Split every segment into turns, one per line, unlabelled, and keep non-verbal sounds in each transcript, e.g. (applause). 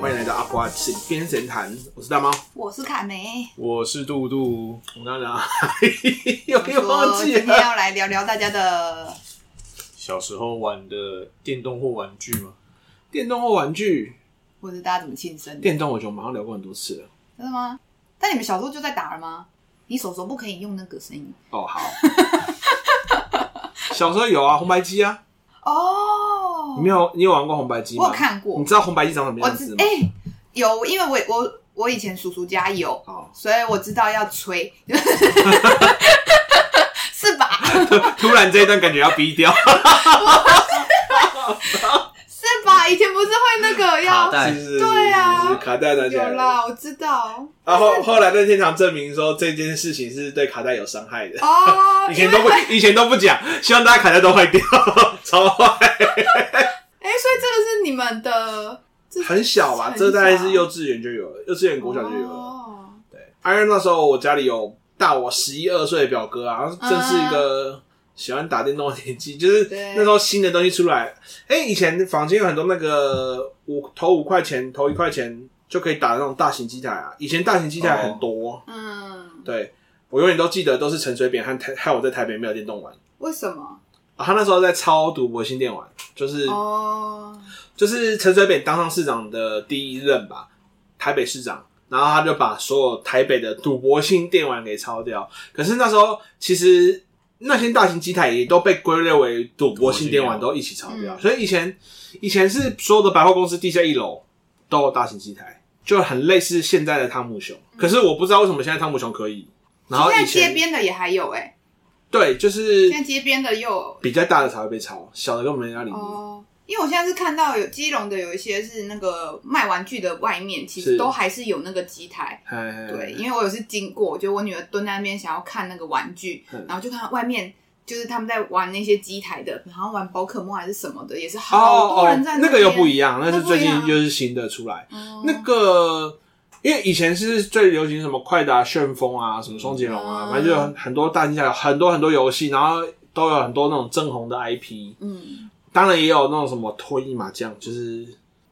欢迎来到阿婆请边神谈，我是大猫。
我是凯梅，
我是杜杜，
我们刚刚聊，又 (laughs) 又忘记
我今天
了。
要来聊聊大家的
小时候玩的电动或玩具嘛，
电动或玩具，
或者大家怎么庆生的，
电动我觉得我们好像聊过很多次了。
真的吗？但你们小时候就在打了吗？你手手不可以用那个声音
哦，
(laughs)
好。小时候有啊，红白机啊，
哦
你没有，你有玩过红白机吗？
我有看过
你知道红白机长什么
我
样
知
子吗
哎、？有，因为我我我以前叔叔家有，
哦， (laughs)
所以我知道要吹， (laughs) 是吧？
突然这一段感觉要逼
(laughs)
掉，
是吧？以前不是会那个要
卡带
是是
对啊
是是卡带拿起来
有啦，我知道
然后后来任天堂证明说这件事情是对卡带有伤害的，(laughs)
哦，
以前都不
因为
以前都不讲，希望大家卡带都坏掉，超坏。
哎、所以这个是你们的，这
很小吧，
很
这大概是
小
幼稚园就有了，幼稚园国小就有了。
哦
对，因为那时候我家里有大我十一二岁的表哥啊，正是一个喜欢打电动的年纪，就是
对
那时候新的东西出来，哎、以前房间有很多那个五投五块钱，投一块钱就可以打那种大型机台啊，以前大型机台很多，
嗯，
对我永远都记得都是陈水扁和台害我在台北没有电动玩。
为什么？
啊，他那时候在超赌博新店玩，就是、
哦，
就是陈水扁当上市长的第一任吧，台北市长，然后他就把所有台北的赌博性电玩给抄掉。可是那时候其实那些大型机台也都被归类为赌博性电玩，
赌
都
博性电
一起抄掉。
嗯
所以以前以前是所有的百货公司地下一楼都有大型机台，就很类似现在的汤姆熊。可是我不知道为什么现在汤姆熊可以，然后
嗯现在
以
街
前
边的也还有哎、欸，
对就是
现在街边的又有
比较大的才会被抄，小的根本没人要理你。
哦。因为我现在是看到有基隆的有一些是那个卖玩具的外面，其
是
实都还是有那个机台。
哎
对，因为我有次经过，就我女儿蹲在那边想要看那个玩具，
嗯
然后就看到外面就是他们在玩那些机台的，然后玩宝可梦还是什么的，也是好多人在
哦那个又不
样。
一样，那
那
是
不
最
一
近
样
又是新的出来。
哦
那个因为以前是最流行什么快打旋风啊，什么双截龙啊，
嗯
反正就有很很多大家有很多很多游戏，然后都有很多那种正红的 IP。
嗯
当然也有那种什么脱衣麻将，就是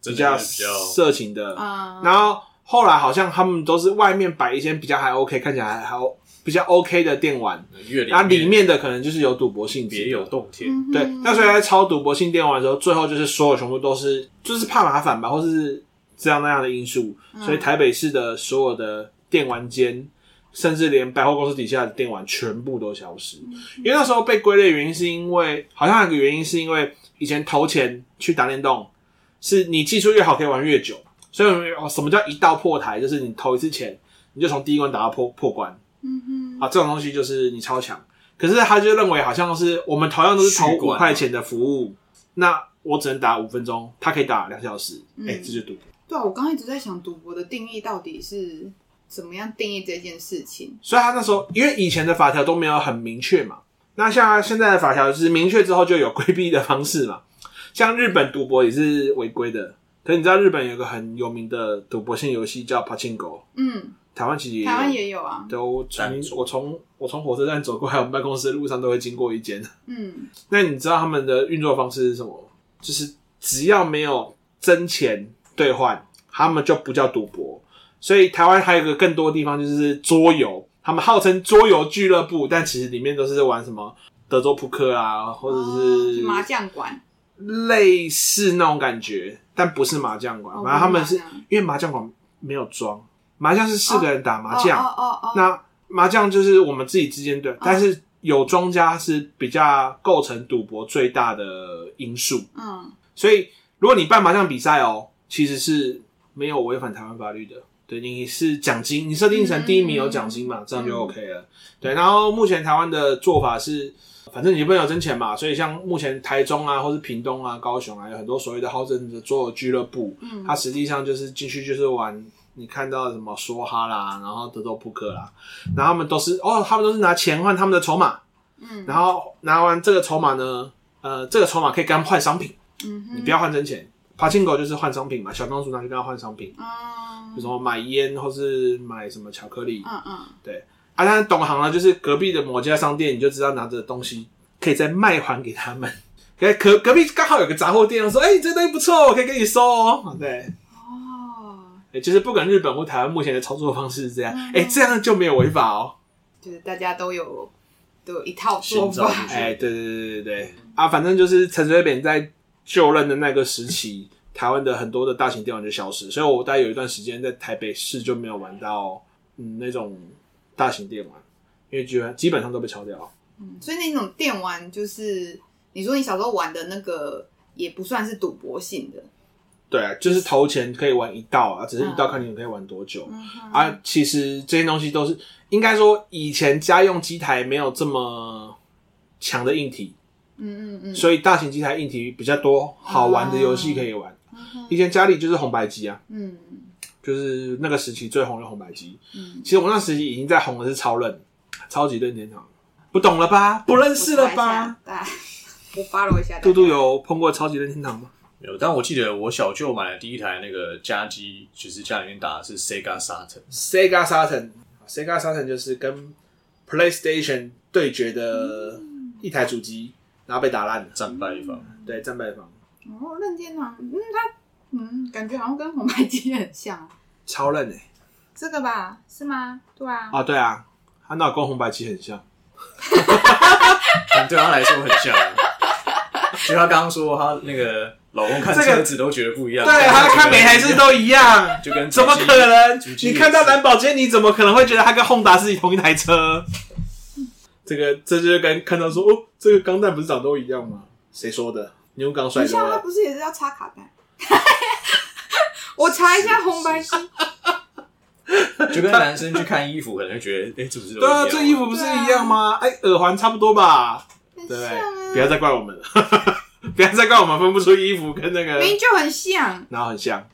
比
真的
较
比较
色情的。
啊，
然后后来好像他们都是外面摆一些比较还 OK，看起来还还比较 OK 的电玩，
月
然后啊里
里
面的可能就是有赌博性质的，
别有洞天，
嗯哼
对，那所以在超赌博性电玩的时候，最后就是所有全部都是就是怕麻烦吧，或是这样那样的因素，
嗯
所以台北市的所有的电玩间，甚至连百货公司底下的电玩全部都消失。
嗯
因为那时候被归类原因是因为，好像有个原因是因为以前投钱去打电动，是你技术越好可以玩越久，所以我们哦什么叫一道破台，就是你投一次钱，你就从第一关打到破破关
嗯哼，
啊，这种东西就是你超强。可是他就认为好像是我们同样都是投
续
五
管啊
块钱的服务，那我只能打五分钟，他可以打两小时，哎、
嗯
这就赌博。
对啊，我刚刚一直在想赌博的定义到底是怎么样定义这件事情。
所以他那时候因为以前的法条都没有很明确嘛，那像现在的法条就是明确之后就有规避的方式嘛。像日本赌博也是违规的，可是你知道日本有个很有名的赌博性游戏叫 Pachinko，
嗯，
台湾其实也有
台湾也有啊。
对我从
弹珠
我从我从火车站走过来，我们办公室的路上都会经过一间。
嗯，
那你知道他们的运作方式是什么？就是只要没有真钱兑换，他们就不叫赌博。所以台湾还有一个更多的地方就是桌游，他们号称桌游俱乐部，但其实里面都是玩什么德州扑克啊，或者
哦
是
去麻将馆，
类似那种感觉，但不是麻将馆。
哦
反正他们
不
是
是麻将
因为麻将馆没有装，麻将是四个人打麻将，
哦哦哦哦，
那麻将就是我们自己之间对，但是有庄家是比较构成赌博最大的因素，
嗯，
所以如果你办麻将比赛哦，其实是没有违反台湾法律的。对，你是奖金，你设定成第一名有奖金嘛，这样就 OK 了。对，然后目前台湾的做法是，反正你不能有真钱嘛，所以像目前台中啊，或是屏东啊、高雄啊，有很多所谓的好整的桌游俱乐部，
嗯
它实际上就是进去就是玩你看到的什么梭哈啦，然后德州扑克啦，然后他们都是哦，他们都是拿钱换他们的筹码，
嗯
然后拿完这个筹码呢，呃，这个筹码可以跟他们换商品，
嗯哼，
你不要换真钱。爬进狗就是换商品嘛，小公主拿去跟他换商品，
嗯，
比如说买烟或是买什么巧克力
嗯嗯
啊。但是懂行了，就是隔壁的某家商店，你就知道拿着东西可以再卖还给他们。 (laughs) 隔隔隔壁刚好有个杂货店，我说：“哎、这东西不错，我可以给你收哦。”对，
哦，
也哎就是不管日本或台湾目前的操作方式是这样，
嗯
哎、这样就没有违法哦。
就是大家都有都有一套做
寻找
法
不，是
哎，对对对对对
嗯
啊，反正就是陈水扁在就任的那个时期，台湾的很多的大型电玩就消失，所以我大概有一段时间在台北市就没有玩到嗯那种大型电玩，因为居然基本上都被敲掉。
嗯所以那种电玩就是你说你小时候玩的那个也不算是赌博性的，
对啊，就是投钱可以玩一道啊，只是一道看你可以玩多久。
嗯哼
啊，其实这些东西都是应该说以前家用机台没有这么强的硬体，
嗯嗯嗯，
所以大型机台硬体比较多好玩的游戏可以
哦
玩。以前家里就是红白机啊，
嗯
就是那个时期最红的红白机。
嗯，
其实我那时期已经在红的是超任，超级任天堂，不懂了吧？不认识了吧？
我查一下？大家我发了一下，
嘟嘟有碰过超级任天堂吗？
没有，但我记得我小舅买的第一台那个家机，就是家里面打的是 Sega Saturn，
Sega Saturn，Sega Saturn 就是跟 PlayStation 对决的一台主机，然后被打烂了，
战败一方。
对，战败方。
哦，任天堂，嗯，它嗯，感觉好像跟红白机很像， (laughs)
超烂哎、
这个吧，是吗？对啊，
啊，对啊，他那跟红白机很像。
但对他来说很像、啊。 (laughs) 就他刚刚说，他那个老公看
这个
车子都觉得不一样，
对，他看每台车都一样，
就
(laughs)
跟
怎么可
能？
能
主？机
你
也
看到
是
蓝宝坚尼，怎么可能会觉得它跟轰达是同一台车？这个这就是跟看到说哦，这个钢弹不是长都一样吗？谁说的？牛钢
等
帅
一
哥
下，它
啊。
不是也是要插卡带？ (laughs) 我查一下红白机，
就跟男生去看衣服，可能会觉得，哎、这不是都
对啊，
一样吗
这衣服不是一样吗？哎、耳环差不多吧，
很
对不
像
对？
啊，
不要再怪我们了， (laughs) 不要再怪我们分不出衣服跟那个
明，明就很像，
然后很像，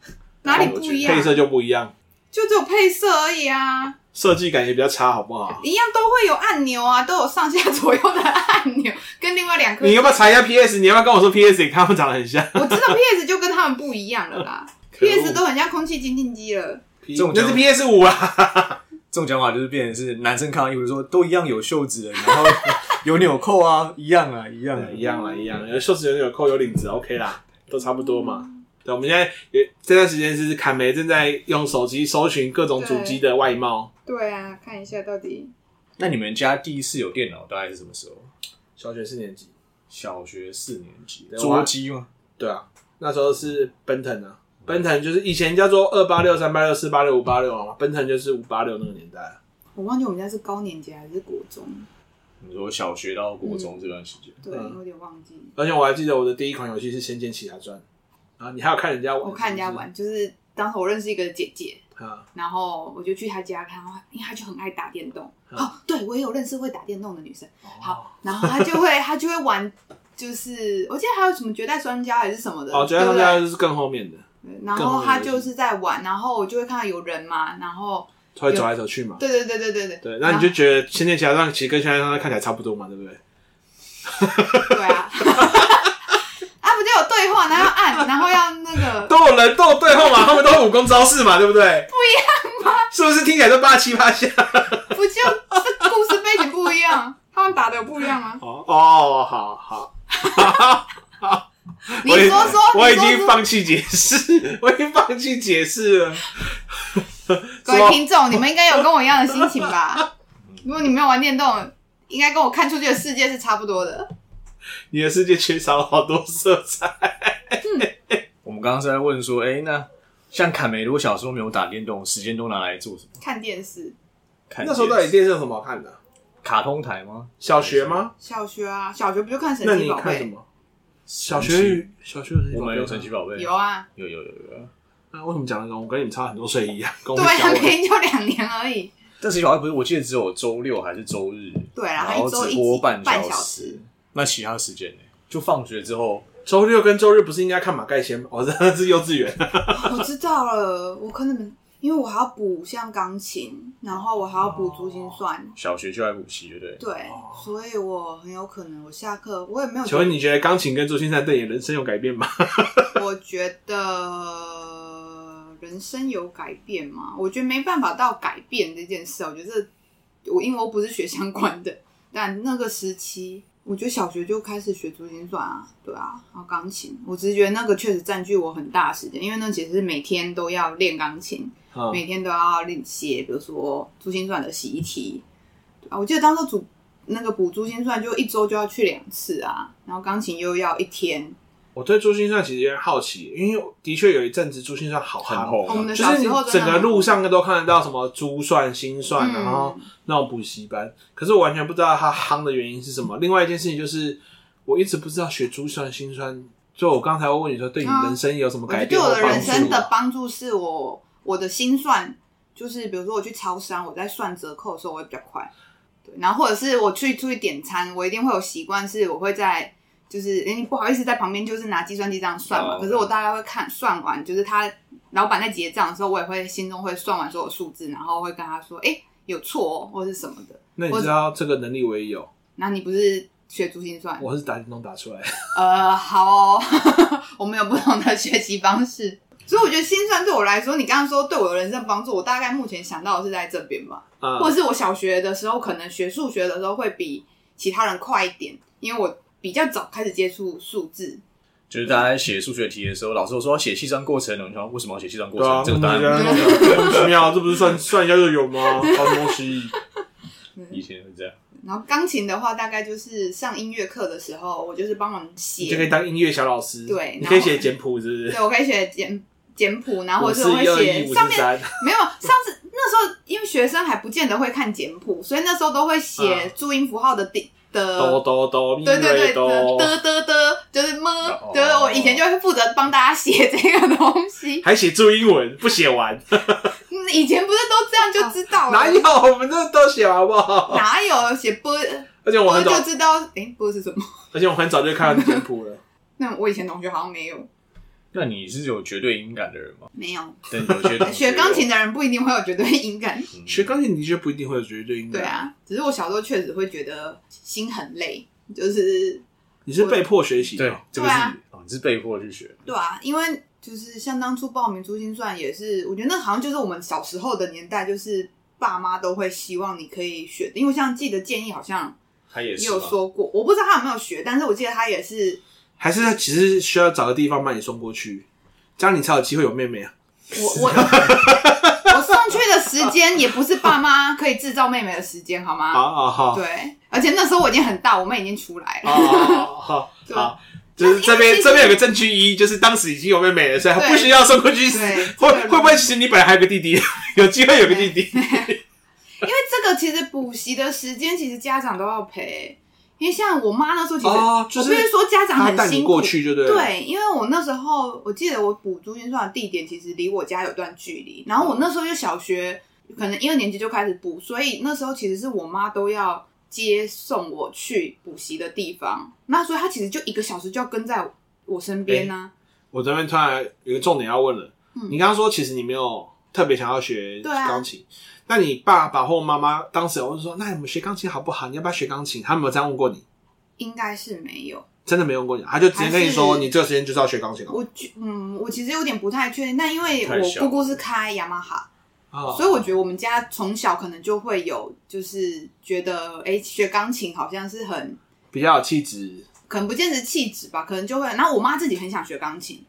哪里不一样
配？色就不一样，
就只有配色而已啊，
设计感也比较差，好不好？
一样都会有按钮啊，都有上下左右的按钮，跟另外两颗。
你要不要查一下 PS？你要不要跟我说 PS 也跟他们长得很像？
我知道 PS 就跟他们不一样了啦
(laughs) 可恶
，PS 都很像空气清净机了。
种
那
讲
是 PS 五啊，
这种讲法就是变成是男生看到衣服说都一样有袖子的，然后 (laughs) 有纽扣啊，一样啊，一样啊，
一样啦，一样，有袖子有纽扣有领子，OK 啦，都差不多嘛。对，我们现在也这段时间是侃梅正在用手机搜寻各种主机的外貌。
对啊，看一下到底
那你们家第一次有电脑大概是什么时候？
小学四年级，
小学四年级，
对
桌机吗？
对啊，那时候是奔腾啊，奔腾就是以前叫做二八六、三八六、四八六、五八六啊嘛，奔腾就是五八六那个年代啊。
我忘记我们家是高年级还是国中，
你说小学到国中这段时间，
对，
嗯
有点忘记。
而且我还记得我的第一款游戏是《仙剑奇侠传》，啊，你还有看人家玩？
我看人家玩，就是当时我认识一个姐姐，
啊，
然后我就去她家看，然后因为她就很爱打电动。
嗯
哦，对我也有认识会打电动的女生。
哦，
好，然后她就会 (laughs) 她就会玩，就是我记得还有什么绝代双骄还是什么的，
哦，觉得他
对不
们
对
家就是更后面的，
对然后她就是在玩，然后我就会看到有人嘛，然后
会走来走去嘛。
对对对对对对，
对，那你就觉得《仙剑奇侠传》其实跟《仙剑奇侠传》看起来差不多嘛，对不对？
对啊， (laughs) 啊不就有对话，然后要按，然后要那个，
都有人都有对话嘛，他们都有武功招式嘛，对不对？不一样吗？是不是听起来都八七八下？
不就这故事背景不一样，他们打的有不一样啊吗？
哦哦，好好。
你说
(laughs)
说，
我已
你说
经
说
放弃解释， (laughs) 我已经放弃解释 (laughs) 了。
各位听众，你们应该有跟我一样的心情
(laughs)
吧？如果你没有玩电动，应该跟我看出去的世界是差不多的。
你的世界缺少了好多色彩。
我们刚刚是在问说，哎、那像凯梅，如果小时候没有打电动，时间都拿来做什么？
看电视，
看
那时候到底电视有什么好看的？
卡通台吗？
小学吗？
小学啊，小学不就看神
那
奇
你
宝
看什
贝？
么？小学与小学有神奇
我
宝贝吗
们有神奇宝贝，
有啊，
有有有有。
那啊为什么讲那种？我跟你们差很多岁一样，跟我
对
们
啊，
讲。
明明就两年而已。
但神奇宝贝不是，我记得只有周六还是周日，
对啊，
然
还
后
一周
只
一
播
集
半
半
小
时
时。，那其他时间呢？就放学之后，
(laughs) 周六跟周日不是应该看马盖先吗？哦，那是幼稚园。 (laughs)
我知道了，我可能因为我还要补像钢琴，然后我还要
哦
补珠心算，
小学就来补习，对不对？
对，所以我很有可能我下课我也没有。
请问你觉得钢琴跟竹心山对你人生有改变吗？
(laughs) 我觉得人生有改变吗？我觉得没办法到改 (laughs) 变这件事。我觉得这我因为我不是学相关的，但那个时期我觉得小学就开始学珠心算啊，对啊，然后钢琴，我只是觉得那个确实占据我很大的时间，因为那其实是每天都要练钢琴，
嗯
每天都要练写，比如说珠心算的习题，对啊，我记得当时主那个补珠心算就一周就要去两次啊，然后钢琴又要一天，
我对珠心算其实有点好奇，因为的确有一阵子珠心算好
很
红，
红
啊
啊
我们的
就
小
是
时
你
候真
整
的
个
很
路上都看得到什么珠算、心算，
嗯
然后那种补习班。可是我完全不知道它夯的原因是什么。另外一件事情就是，我一直不知道学珠算、心算。就我刚才问你说，对你
啊
人生有什么
我觉
改
得
变
对
或
我的人
帮
生
助啊
的？帮助是我我的心算，就是比如说我去超商，我在算折扣的时候，我会比较快。对，然后或者是我去出去点餐，我一定会有习惯，是我会在就是哎、不好意思在旁边就是拿计算机这样算嘛。
哦
可是我大概会看算完，就是他老板在结账的时候，我也会心中会算完所有数字，然后会跟他说，哎、有错哦，或是什么的。
那你知道这个能力我也有，
那你不是学珠心算？
我是打电动打出来的。
呃，好哦， (laughs) 我们有不同的学习方式，所以我觉得心算对我来说，你刚刚说对我的人生帮助，我大概目前想到的是在这边吧，
啊
或者是我小学的时候可能学数学的时候会比其他人快一点，因为我比较早开始接触数字，
就是大家在写数学题的时候，老师有说要写计算过程，你想为什么要写计算过
对
程？
啊，
这个答案
莫名其妙，这不是算算一下就有吗？好东
(laughs)
西，
以前是这样。
然后钢琴的话，大概就是上音乐课的时候，我就是帮忙写，
你就可以当音乐小老师。
对
你可以
然后
写简谱，是不是？
对我可以写简简谱，然后啊或
我
者
是
是我会
一二
写
一，我
上
是
面
三。
没有，上次那时候因为学生还不见得会看简谱，所以那时候都会写
嗯
注音符号的底
哆
的，
哆哆，咪
呃对对对
瑞
的
哆，
的的的，就是么
哦，
就是我以前就会负责帮大家写这个东西。 (laughs)
还写注英文，不写完，
嗯以前不是都这样就知道了
哪？有？我们这都写完好不好？
哪有写波
而且我
波
很
就
早，
知道？诶，波是什么？
而且我很早就看到简谱了。
那我以前同学好像没有，
那你是有绝对音感的人吗？
没有。
但有嗯
(laughs)
些同学
学钢琴的人不一定会有绝对音感，
有
(laughs) 学钢琴的确不一定会有绝对音感。
对，啊。只是我小时候确实会觉得心很累，就是
你是被迫学习的。
对这个
对
是
啊
哦，你是被迫去学。
对啊，因为就是像当初报名珠心算也是，我觉得那好像就是我们小时候的年代，就是爸妈都会希望你可以学，因为像记得建议好像
他也
也
是
有
吧
说过，我不知道他有没有学，但是我记得他也是，
还是其实需要找个地方把你送过去，这样你才有机会有妹妹啊。
我 (laughs) 我我送去的时间也不是爸妈可以制造妹妹的时间，好吗？
好好好，
对，而且那时候我已经很大，我妹已经出来了，
好好好
对
好。啊就是这边这边有个证据一，就是当时已经有妹妹了，所以她不需要送过去。
对
会会不会其实你本来还有个弟 (laughs) 弟，有机会有个弟弟？
因为这个其实补习的时间其实家长都要陪，因为像我妈那时候其实，
哦就是
我必须说家长
他
很
带
辛
你
苦，
过去就对了。
对，因为我那时候我记得我补珠心算的地点其实离我家有段距离，然后我那时候就小学可能一二年级就开始补，所以那时候其实是我妈都要接送我去补习的地方，那所以她其实就一个小时就要跟在我身边啊呢、
我这边突然有个重点要问了，
嗯
你刚刚说其实你没有特别想要学
对啊
钢琴，那你爸爸或妈妈当时有问说，那你们学钢琴好不好？你要不要学钢琴？他们有这样问过你？
应该是没有。
真的没问过你，他就直接跟你
还
说，
是
你这个时间就是要学钢琴哦。
我觉嗯，我其实有点不太确定，但因为
太
我
小
姑姑是开雅马哈，
啊
所以我觉得我们家从小可能就会有，就是觉得哎、诶学钢琴好像是很
比较有气质，
可能不见得气质吧，可能就会。然后我妈自己很想学钢琴，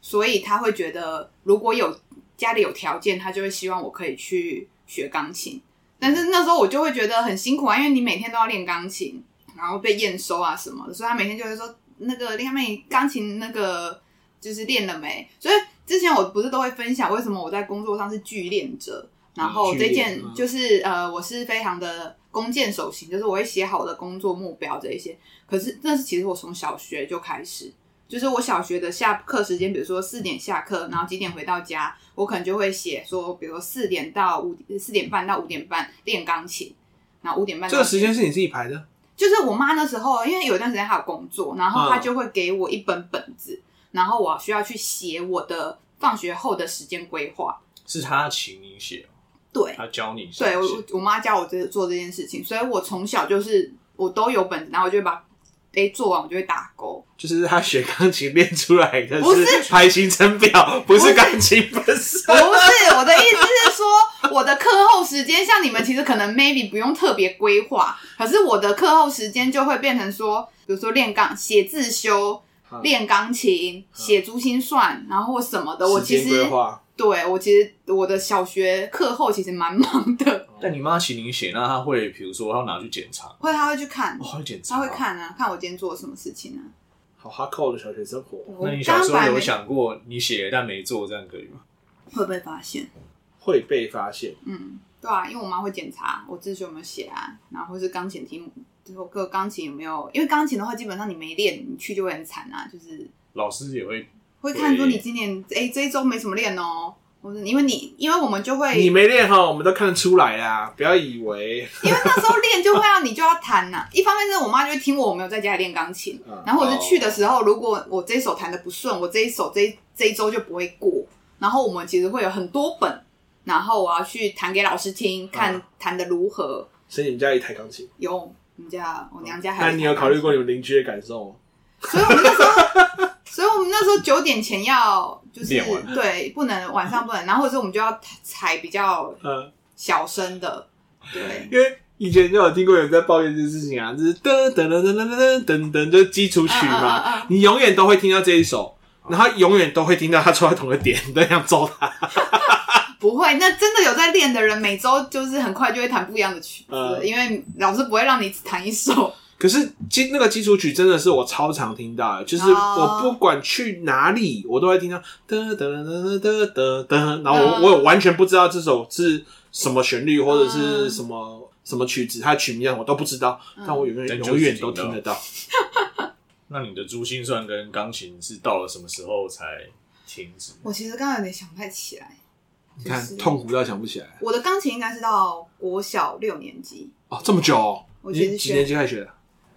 所以她会觉得如果有家里有条件，她就会希望我可以去学钢琴。但是那时候我就会觉得很辛苦啊，因为你每天都要练钢琴，然后被验收啊什么的，所以她每天就会说那个林妹你钢琴那个就是练了没？所以之前我不是都会分享为什么我在工作上是剧练者，然后
嗯
这
剧练
件
嗯
就是呃我是非常的弓箭手型，就是我会写好我的工作目标这一些。可是那是其实我从小学就开始，就是我小学的下课时间，比如说四点下课，然后几点回到家，我可能就会写说，比如说四点到五四点半到五点半练钢琴，然后五点半到
这个时间是你自己排的。
就是我妈那时候，因为有一段时间她有工作，然后她
嗯
就会给我一本本子，然后我需要去写我的放学后的时间规划。
是他请你写，
啊
对，
他教你写。
对我我我妈教我这做这件事情，所以我从小就是我都有本子，然后我就会把诶做完我就会打勾。
就是他学钢琴练出来的
不
是排行程表，不是钢琴本身。
(laughs) 不是，我的意思是说，我的课后时间，像你们其实可能 maybe 不用特别规划，可是我的课后时间就会变成说，比如说练钢、写自修、
嗯
练钢琴、写珠心算，然后或什么的。我
时
其
间规
实
划，
对我其实我的小学课后其实蛮忙的，
但你妈请你写，那她会比如说她要拿去检查，
会他会去看
哦，，她会检查，
他会。看啊，看我今天做了什么事情啊。
好哈扣的小学生活
我
那你
刚
小
刚
时
本
候
来
有
没
想过你写了但没做，这样可以吗？
会被发现？
会被发现，
嗯，对啊，因为我妈会检查我自学有没有写啊，然后或是钢琴题目，最后各钢琴有没有，因为钢琴的话，基本上你没练，你去就会很惨啊，就是
老师也会，
会看说你今年哎、诶这一周没什么练哦，或者因为你因为我们就会，
你
因为
没练哈，我们都看得出来啦，不要以为
那时候练就会要啊你就要弹呐、一方面是我妈就会听我我没有在家里练钢琴，
嗯
然后我是去的时候，如果我这一首弹的不顺，我这一首这一这一周就不会过，然后我们其实会有很多本，然后我要去弹给老师听，看
嗯
弹的如何。
所以你们家一台钢琴，
有我们家我娘家还，
那你有考虑过？你们邻居的感受吗？
所以我们那时候，所以我们那时候九点前要就是
练完
对，不能晚上不能，然后或者是我们就要踩比较
嗯，
小声的，
(laughs)
对。
因为以前就有听过有人在抱怨这件事情啊，就是噔噔噔噔噔噔噔噔，就是基础曲
嗯嗯嗯
嘛
嗯，
你永远都会听到这一首，然后永远都会听到他出来同个点， (laughs) 你都想揍他。
啊不会，那真的有在练的人，每周就是很快就会弹不一样的曲子，
嗯
因为老师不会让你只弹一首。 (laughs)
可是基那个基础曲真的是我超常听到的，就是我
哦
不管去哪里，我都会听到噔噔噔噔噔噔噔，然后我
嗯
我也完全不知道这首是什么旋律或者是什
嗯
么什么曲子，它的曲名叫什么我都不知道，但我永远
但就是
永远都
听到
听得到。
那你的珠心算跟钢琴是到了什么时候才停止？
我其实刚刚有点想不太起来，
你
就
看
是
痛苦到想不起来
我的钢琴应该是到国小六年级，
哦，这么久哦，
我其
你
实
几
学
年级开始学的？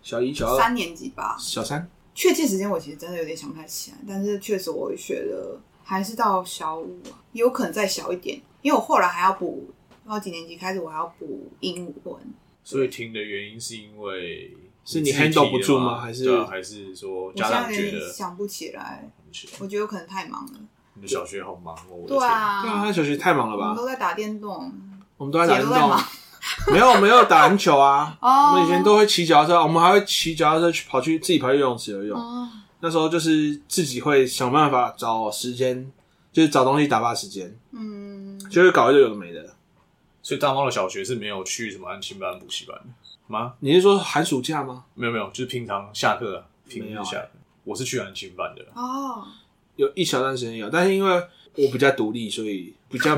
小一、小二、
三年级吧，
小三？
确切时间我其实真的有点想不太起来，但是确实我学的还是到小五、啊，也有可能再小一点，因为我后来还要补，不知道几年级开始我还要补英文，
所以停的原因是因为
是你
自己
handle 不住
提的
吗还是
对啊还是说
我
家
现在
长
有
觉得
点想不起来，我觉得有可能太忙了。
你的小学好忙哦？我的
对啊，
对啊，小学太忙了
我
吧？
们都在打电动，
我们都在打
姐
运
都在忙
动，啊没有没有打篮球啊。
哦，
我们以前都会骑脚踏车，我们还会骑脚踏车去跑去自己跑去游泳池游泳。
哦，
那时候就是自己会想办法找时间，就是找东西打发时间，
嗯，
就会搞一堆有的没的。
所以大猫的小学是没有去什么安亲班、补习班的吗？
你是说寒暑假吗？
没有没有，就是平常下课啊，平
没
日
有
下课，我是去安亲班的。
哦，
有一小段时间有，但是因为我比较独立，所以比较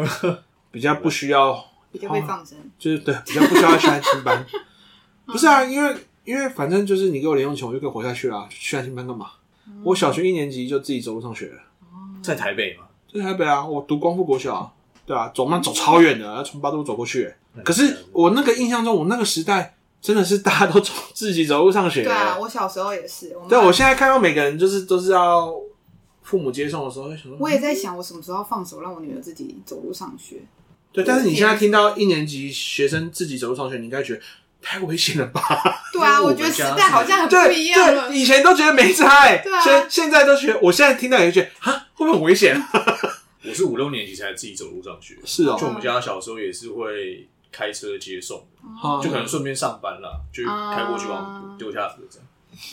比较不需要，
比较被放生，
就是对比较不需要去安亲班。不是啊，因为因为反正就是你给我零用钱，我就可以活下去啦。去安亲班干嘛？我小学一年级就自己走路上学了。
在台北嘛，
在台北啊，我读光复国小、啊，对啊，走慢走超远的，要从八度走过去欸。可是我那个印象中，我那个时代真的是大家都走自己走路上学
对啊，
欸。
我小时候也是，我妈
对，啊我现在看到每个人就是都是要父母接送的时候，会想
我
说，
也在想，我什么时候要放手让我女儿自己走路上学。
对。但是你现在听到一年级学生自己走路上学，你应该觉得太危险了吧？
对啊，
因为
我
我
觉得
们
时
家
代
是
好像很不
对
一样了
对，。以前都觉得没差哎、
对啊
现现在都觉得，我现在听到也觉得啊，会不会很危险、
(laughs)
啊？
我是五六年级才自己走路上学。
是哦
就我们家小时候也是会开车接送，
啊
就可能顺便上班啦，就开过去帮我丢下子这样。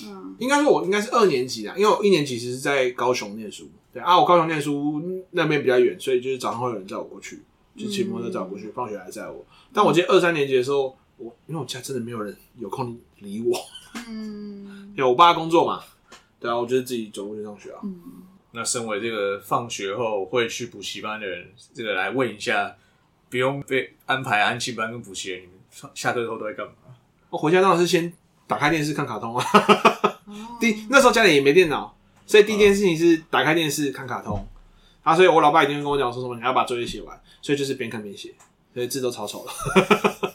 嗯，
应该说，我应该是二年级的，因为我一年级其实是在高雄念书。对啊，我高雄念书嗯那边比较远，所以就是早上会有人载我过去，就骑摩托车载我过去，放学来载我。但我记得二三年级的时候，我因为我家真的没有人有空理我， (laughs)
嗯
因为我爸工作嘛。对啊，我就是自己走过去上学啊。
嗯，
那身为这个放学后会去补习班的人，这个来问一下，不用被安排安亲班跟补习的，你们上下课后都在干嘛？
我回家当然是先打开电视看卡通啊。 (laughs) 第那时候家里也没电脑，所以第一件事情是打开电视看卡通。啊，所以我老爸一定会跟我讲说什么你要把作业写完，所以就是边看边写，所以字都超丑的。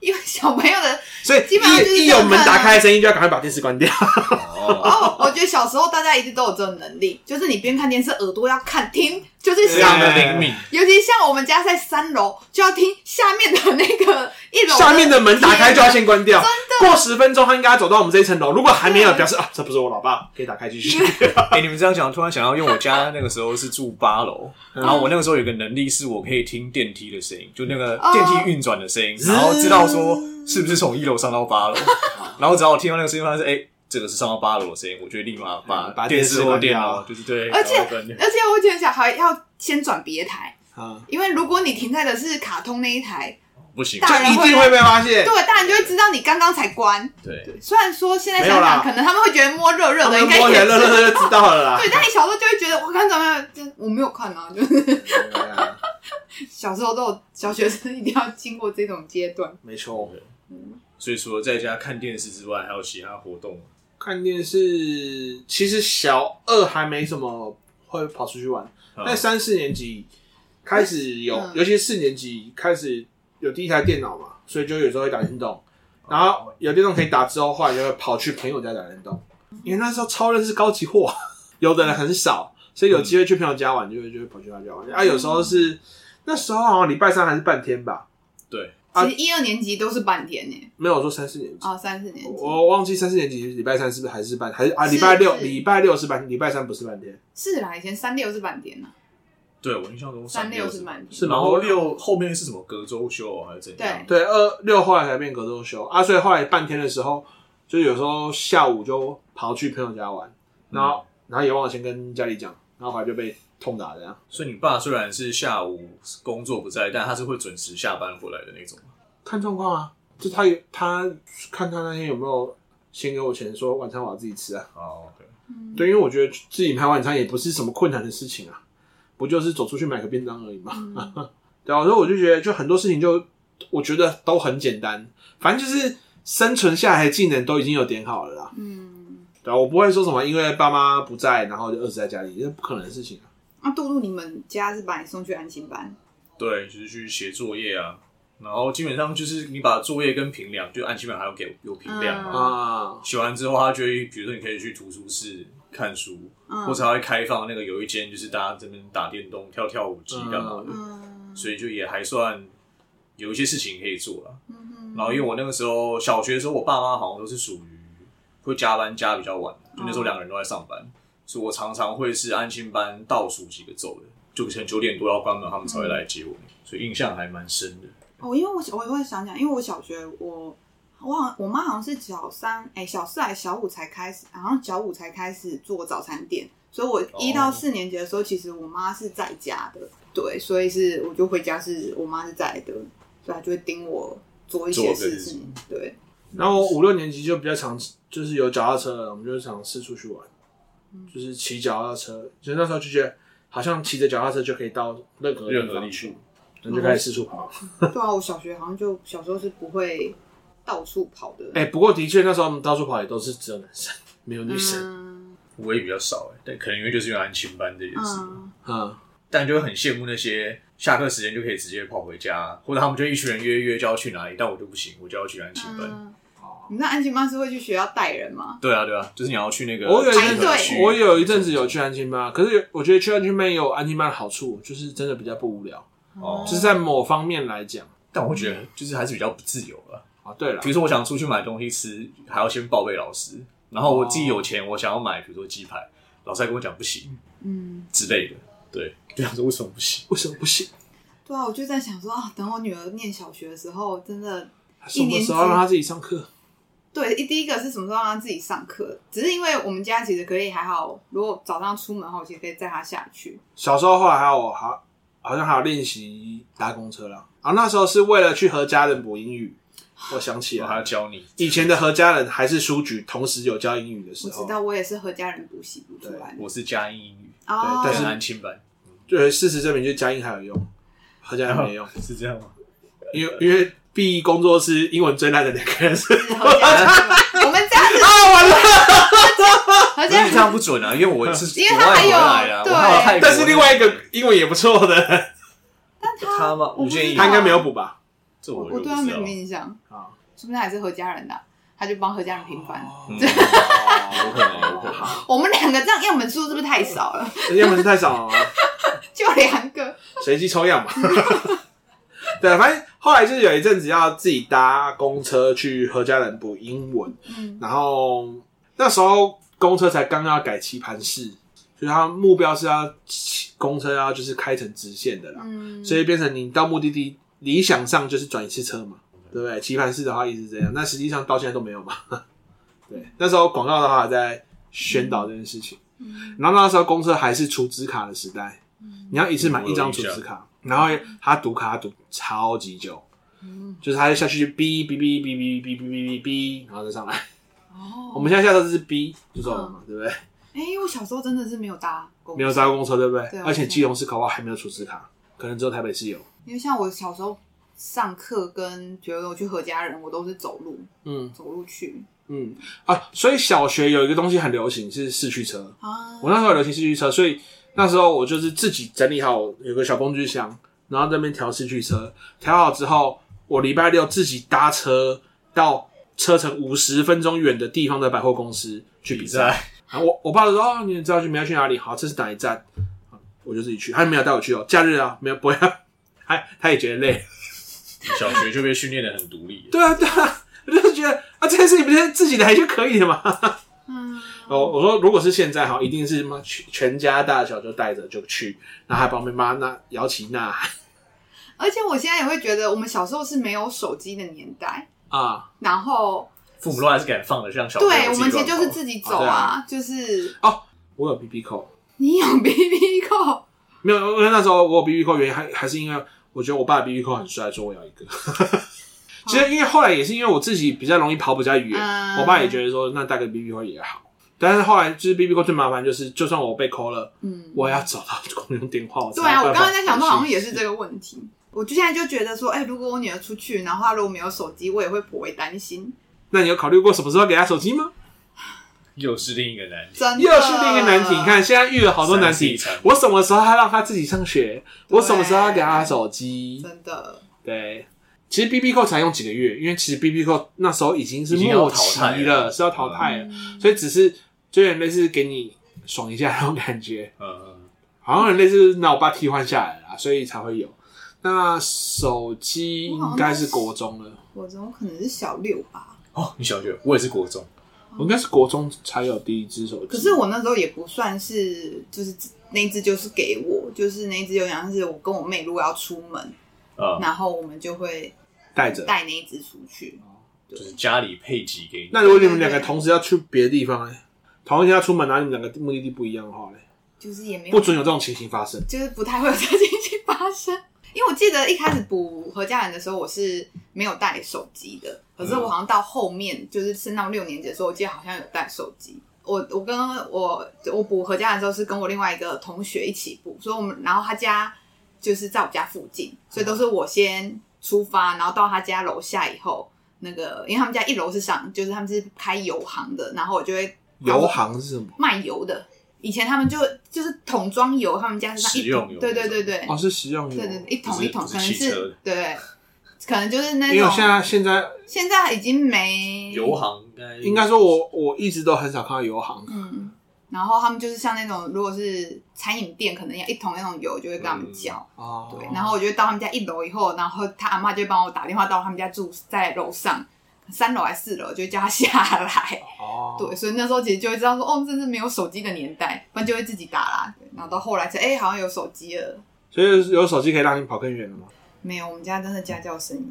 因为小朋友的
(laughs) 所以
基本上就是
一一
这样
有门
看啊
打开的声音，就要赶快把电视关掉。
哦，我我觉得小时候大家一直都有这种能力，就是你边看电视耳朵要看听，就是
非常的
像，
对
灵敏，
尤其像我们家在三楼，就要听下面的那个一楼
下面的门打开就要
贴
先关掉。过十分钟，他应该要走到我们这一层楼。如果还没有，表示啊，这不是我老爸，可以打开继续。
(laughs)
(laughs) 哎、你们这样讲，突然想到，因为我家那个时候是住八楼，
嗯
然后我那个时候有个能力是我可以听电梯的声音，就那个
哦
电梯运转的声音，然后知道说是不是从一楼上到
(laughs)
八楼，然后只要我听到那个声音，发现哎、这个是上到八楼的声音，我就立马把
嗯把
电
电
视
视
或
关掉
电脑就是对，
而且
赶快关掉
而且我以前小孩要先转别台，
啊，
因为如果你停在的是卡通那一台，
不行，
就
大人
一定会被发现。
对，大人就会知道你刚刚才关。
对，
虽然说现在想
没有
想，
啦
可能他们会觉得摸热热
他
的，
们
应该
摸起来
也是
乐乐乐就知道了啦
(laughs) 对，。但你小时候就会觉得我刚怎么样？我没有看啊，就是
对啊
小时候都有小学生一定要经过这种阶段。
没错，
所以除了在家看电视之外，还有其他活动吗，
看电视其实小二还没什么会跑出去玩，
嗯
但三四年级开始有，
嗯
尤其是四年级开始有第一台电脑嘛，所以就有时候会打电动。然后有电动可以打之后，后来就会跑去朋友家打电动，因为那时候超认识高级货， (laughs) 有的人很少，所以有机会去朋友家玩就会就会跑去他家玩。啊，有时候是那时候好像礼拜三还是半天吧，
对，
啊
其实一二年级都是半天呢，
没有我说三四年级，
哦，三四年级
我忘记三四年级礼拜三是不是还是半还是啊
是
礼拜六
是
礼拜六是半礼拜三不是半天，
是啦，以前三六是半天呐，
对我印象中
三
六
六是半天。
是吗
然后六后面是什么隔周休哦还是怎样？
对，二六后来才变隔周休啊，所以后来半天的时候，就有时候下午就跑去朋友家玩，然后、然后也忘了先跟家里讲，然后后来就被痛打这样。
所以你爸虽然是下午工作不在，但他是会准时下班回来的那种。
看状况啊，就他有他看他那天有没有先给我钱说晚餐我要自己吃啊。
哦，OK，
嗯
对，因为我觉得自己买晚餐也不是什么困难的事情啊，不就是走出去买个便当而已嘛。
嗯
对啊，所以我就觉得，就很多事情就我觉得都很简单，反正就是生存下来的技能都已经有点好了啦。
嗯，
对啊，我不会说什么因为爸妈不在，然后就饿死在家里，这不可能的事情啊。
那杜杜，你们家是把你送去安心班？
对，就是去写作业啊，然后基本上就是你把作业跟评量，就按基本上还要给有评量
嗯
嘛。
啊，
写完之后，他就会比如说你可以去图书室看书，
嗯
或者他会开放那个有一间就是大家这边打电动、跳跳舞机干嘛的，
嗯
所以就也还算有一些事情可以做了。
嗯哼
然后因为我那个时候小学的时候，我爸妈好像都是属于会加班加比较晚，就那时候两个人都在上班，所以我常常会是安心班倒数几个走的，就可能九点多要关门，他们才会来接我，所以印象还蛮深的。
哦，因为我小我也会想想，因为我小学我我好像我妈好像是小三哎、小四还是小五才开始，好像小五才开始做早餐店，所以我一到四年级的时候，其实我妈是在家的，对，所以是我就回家是我妈是在的，所以她就会盯我做一些
做这
事
些事
情，对，
然后五六年级就比较常就是有脚踏车了，我们就常四处去玩，就是骑脚踏车，就是那时候就觉得好像骑着脚踏车就可以到任何地
任何地
方
方
去，然后就开始四处跑。
对啊，我小学好像就小时候是不会到处跑的，
哎、不过的确那时候我们到处跑也都是只有男生，没有女生。
嗯
我也比较少、欸，但可能因为就是因为安心班这件事，
嗯，
嗯，
但就会很羡慕那些下课时间就可以直接跑回家，或者他们就一群人约约就要去哪里，但我就不行，我就要去安心班。
嗯
啊
你们那安琪妈是会去学校带人吗？
对啊，对啊，就是你要去那个
我有一
排
阵
队
子，我有一阵子有去安亲班，可是有我觉得去安亲班也有安亲班的好处，就是真的比较不无聊，
哦
就是在某方面来讲
但我会觉得就是还是比较不自由了、
啊。对了
比，如说我想出去买东西吃，还要先报备老师，然后我自己有钱，我想要买，比如说鸡排，老师还跟我讲不行
嗯。
之类的，对，就想说为什么不行？
为什么不行？
对啊，我就在想说啊，等我女儿念小学的时候，真的
什么时候让他自己上课？
对一第一个是什么时候让她自己上课？只是因为我们家其实可以还好，如果早上出门的话，我其实可以载她下去。
小时候后来还有好好像还有练习搭公车啦。啊，那时候是为了去和家人补英语，我想起
我哦还要
来
教你，
以前的和家人还是书局，同时有教英语的时
我
候
知，
哦
道我也是和家人补习补出来的
我是佳音英语，
哦，
对
但
但
是
是
安亲班
就是事实证明，就是佳音还有用，和家人没用，
是这样吗？
因为因为 B 工作室英文最烂的两个人
(laughs)
是
是和家人
(laughs)
补，我们这样子啊，完了，和
不
家
是你这
人
样不准啊，因为我是
因为
国
他
外
还
回
有
来啊，
对
我还有泰国，
但是另外一个英文也不错的，
他吗？
我
吴
不知道
建议
他应该没有补吧？
这
补，
我
我
就不
对她没
知
什
道
么印象，
啊，
说不定还是和家人的啊。他就帮何家人平反。
嗯
有
有可能有可能
我们两个这样样本数是不是太少了？ (laughs)
(laughs) 要么是太少了啊吗？
就两个，
随机抽样嘛。 (laughs) 对，反正后来就是有一阵子要自己搭公车去何家人补英文，
嗯，
然后那时候公车才刚要改棋盘式，所以他目标是要骑公车要就是开成直线的啦，
嗯
所以变成你到目的地理想上就是转一次车嘛，对不对？棋盘式的话一直这样，但实际上到现在都没有嘛。 (laughs) 对，那时候广告的话还在宣导这件事情，
嗯
然后那时候公车还是储值卡的时代，你要一次买一张储值卡，然后他读卡读超级久，
嗯
就是他就下去就哔哔哔哔哔哔哔哔哔哔，然后再上来。
哦，
我们现在下车就是 B 就走了嘛，对不对？
哎、我小时候真的是没有搭公，
没有搭，公车，对不对？
对
而且基隆市考好还没有储值卡，可能只有台北市有。
因为像我小时候上课跟觉得我去何家人，我都是走路
嗯
走路去
嗯啊，所以小学有一个东西很流行是市区车，
啊。
我那时候有流行市区车，所以那时候我就是自己整理好有个小工具箱，然后在那边调市区车，调好之后，我礼拜六自己搭车到车程五十分钟远的地方的百货公司去比
比
赛。
赛
然后我我爸就说：“哦，你知道去你要去哪里？好，这是哪一站？”我就自己去，他没有带我去哦，假日啊，没有不会啊，他他也觉得累。
小学就被训练的很独立，
对啊，对啊，我就觉得啊，这件事情不是自己来就可以了吗？
嗯，
哦，我说如果是现在哈，一定是妈全全家大小就带着就去，然后还帮妈妈那摇旗呐喊
而且我现在也会觉得，我们小时候是没有手机的年代，
啊。
然后
父母都还是敢放的，像小朋友
对我
自
们
己
其实就是
乱跑
自己走
啊
啊，就是
我有 B B 扣，
你有 (laughs) B B 扣，
没有，因为那时候我有 B B 扣，原因还还是因为我觉得我爸的 B B 扣很帅，说我要一个。 (laughs) 其实因为后来也是因为我自己比较容易跑比较远，
嗯
我爸也觉得说那带个 B B 扣也好。但是后来就是 B B 扣最麻烦就是，就算我被扣了，
嗯，
我也要找到公用电话。
对啊，我刚刚在想说，好像
也
也是这个问题。我就现在就觉得说，哎、如果我女儿出去，然后她如果没有手机，我也会颇为担心。
那你有考虑过什么时候给他手机吗？
又是另一个难题。
真的
又是另一个难题。你看，，现在遇了好多难
三 C
题
产品。
我什么时候要让他自己上学？
对
我什么时候要给他手机？
真的，
对，其实 B B 扣才用几个月，因为其实 B B 扣那时候已经是
已经要
末
淘汰
期
了
了，是要淘汰了，
嗯
所以只是就有点类似给你爽一下那种感觉，
嗯，
好像有点类似那我爸替换下来了，所以才会有。那手机应该是国中了，
我总可能是小六吧。
哦，你小学，我也是国中，
我应该是国中才有第一只手机。
可是我那时候也不算是，就是那一只就是给我，就是那一只有点像是我跟我妹如果要出门，
嗯，
然后我们就会
带着，
带那一只出去。
就是家里配给给你，
那如果你们两个同时要去别的地方、欸，同一天要出门，然后你们两个目的地不一样的话、欸，
就是也没有
不准有这种情形发生。
就是不太会有这个情形发生。因为我记得一开始补何家人的时候，我是没有带手机的，可是我好像到后面就是升到六年级的时候，我记得好像有带手机。我我跟我我补何家人的时候是跟我另外一个同学一起补，所以我们然后他家就是在我家附近，所以都是我先出发，然后到他家楼下以后，那个因为他们家一楼是上就是他们是开油行的，然后我就会
油行是什么？
卖油的。以前他们就就是桶装油，他们家是那
食
一桶
用油
对对对对，
哦，是食用油。
对对对，一
不
桶
是
一桶，
不是
可能
汽车
是
的
对，可能就是那
因为我
种
现在现在
现在已经没
油，行应该
应该说我我一直都很少看到油行，
嗯，然后他们就是像那种如果是餐饮店，可能要一桶那种油就会跟他们叫，
哦，
对，然后我就到他们家一楼以后，然后他阿妈就会帮我打电话到他们家住在楼上。三楼还是四楼，就会叫他下来。
哦，
对，所以那时候其实就会知道说，哦，这是没有手机的年代，不然就会自己打啦。对然后到后来才，哎、好像有手机了。
所以有手机可以让你跑更远了吗？ (laughs)
没有，我们家真的家教生意。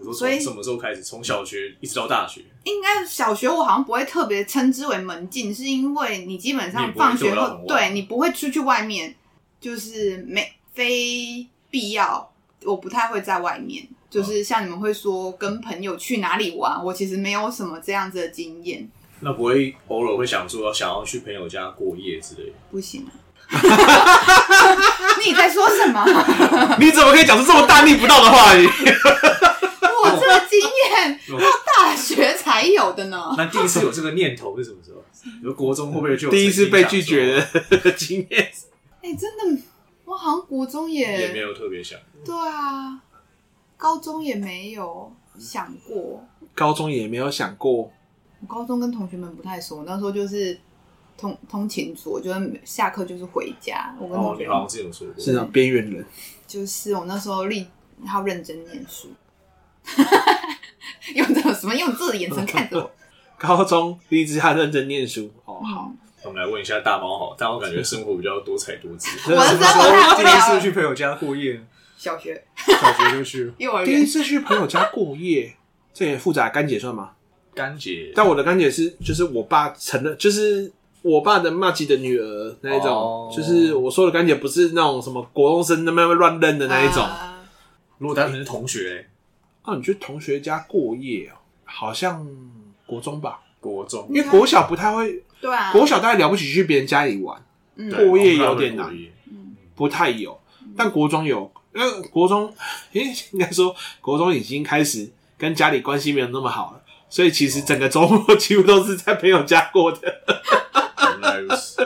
我说
所以
从什么时候开始？从小学一直到大学，
应该小学我好像不会特别称之为门禁，是因为你基本上
你不会
放学
走到
后
很，晚
对你不会出去外面，就是没非必要，我不太会在外面。就是像你们会说跟朋友去哪里玩，我其实没有什么这样子的经验，
那不会偶尔会想说想要去朋友家过夜之
(laughs)
类的。
不 (laughs) 行、啊。你在说什么？
你怎么可以讲出这么大逆不道的话语？
(laughs) 我这个经验
哦
到大学才有的呢。
那第一次有这个念头是什么时候？有国中会不会就有
(laughs) 第一次被
曾经
拒
想说
绝的经验， (laughs)
哎、真的，我好像国中
也没有特别想。
对啊，高中也没有想过，
高中也没有想过
我高中跟同学们不太熟，我那时候就是通通勤族，我就是下课就是回家。我跟
哦
同，
你
学、
好像之前有说过，
是那啊
嗯
种边缘人，
就是我那时候立要认真念书， (laughs) 用这种什么用这个眼神看
(laughs)
着我。
高中立志他认真念书哦，好，
嗯，
我们来问一下大猫好，大猫感觉生活比较多彩多姿。
真的
我
是啊
的生活太无
第一
聊
次
了。
去朋友家过夜，
小学、
小学就去
幼儿
第一
园，
次去朋友家过夜， (laughs) 这也复杂，干姐算吗？
干姐，
但我的干姐是就是我爸成了，就是我爸的骂吉的女儿那一种，
哦
就是我说的干姐不是那种什么国中生那么乱认的那一种。
啊
如果单纯是同学，
啊，你去同学家过夜哦，好像国中吧，
国中
因为国小不太会，
对啊，
国小大概了不起去别人家里玩，
嗯
对
过夜有点难
过夜
不太有，但国中有，因为国中，因为应该说国中已经开始跟家里关系没有那么好了，所以其实整个周末几乎都是在朋友家过的， (laughs)
原来如此，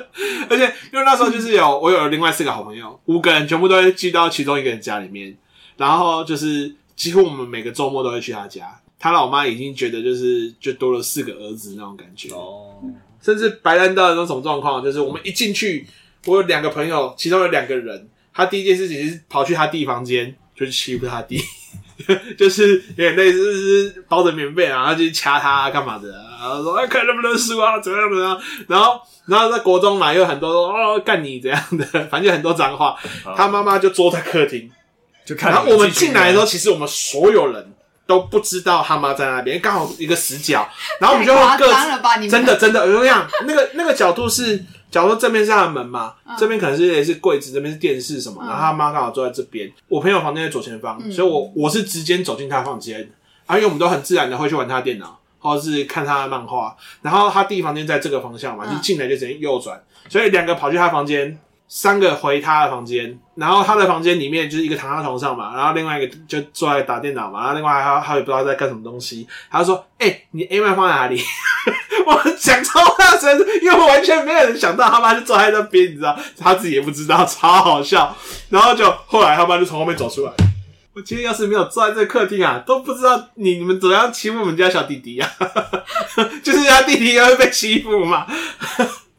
而且因为那时候就是有我有另外四个好朋友，五个人全部都会聚到其中一个人家里面，然后就是几乎我们每个周末都会去他家。他老妈已经觉得就是就多了四个儿子那种感觉，
(laughs) 哦，
甚至白兰道的那种状况，就是我们一进去，我有两个朋友，其中有两个人，他第一件事情是跑去他弟房间，就去欺负他弟， (laughs) 就是有点类似就是包着棉被啊，然后就掐他啊干嘛的啊，然后说哎看能不能输啊，怎么样怎么样，然后然后在国中嘛，又有很多说哦干你怎样的，反正就很多脏话，他妈妈就坐在客厅，
就看
然后我们
进
进来的时候，其实我们所有人。都不知道他妈在那边，刚好一个死角，然后我们就会
太
各
夸
自
张了吧？你们
真的真的，我就这
(laughs)
样，那个那个角度是，假如说正面是他的门嘛，这边可能是也是柜子，这边是电视什么，
嗯
然后他妈刚好坐在这边，我朋友房间在左前方，
嗯
所以我我是直接走进他房间，然后因为我们都很自然的会去玩他的电脑，或者是看他的漫画，然后他弟房间在这个方向嘛，
嗯
就进来就直接右转，所以两个跑去他房间。三个回他的房间，然后他的房间里面就是一个躺在床上嘛，然后另外一个就坐在打电脑嘛，然后另外他他也不知道在干什么东西，他就说：“哎、你 A 麦放在哪里？” (laughs) 我讲超大声，因为我完全没有人想到他妈就坐在那边，你知道，他自己也不知道，超好笑。然后就后来他妈就从后面走出来。我今天要是没有坐在这个客厅啊，都不知道你你们怎么样欺负我们家小弟弟啊， (laughs) 就是他弟弟也会被欺负嘛，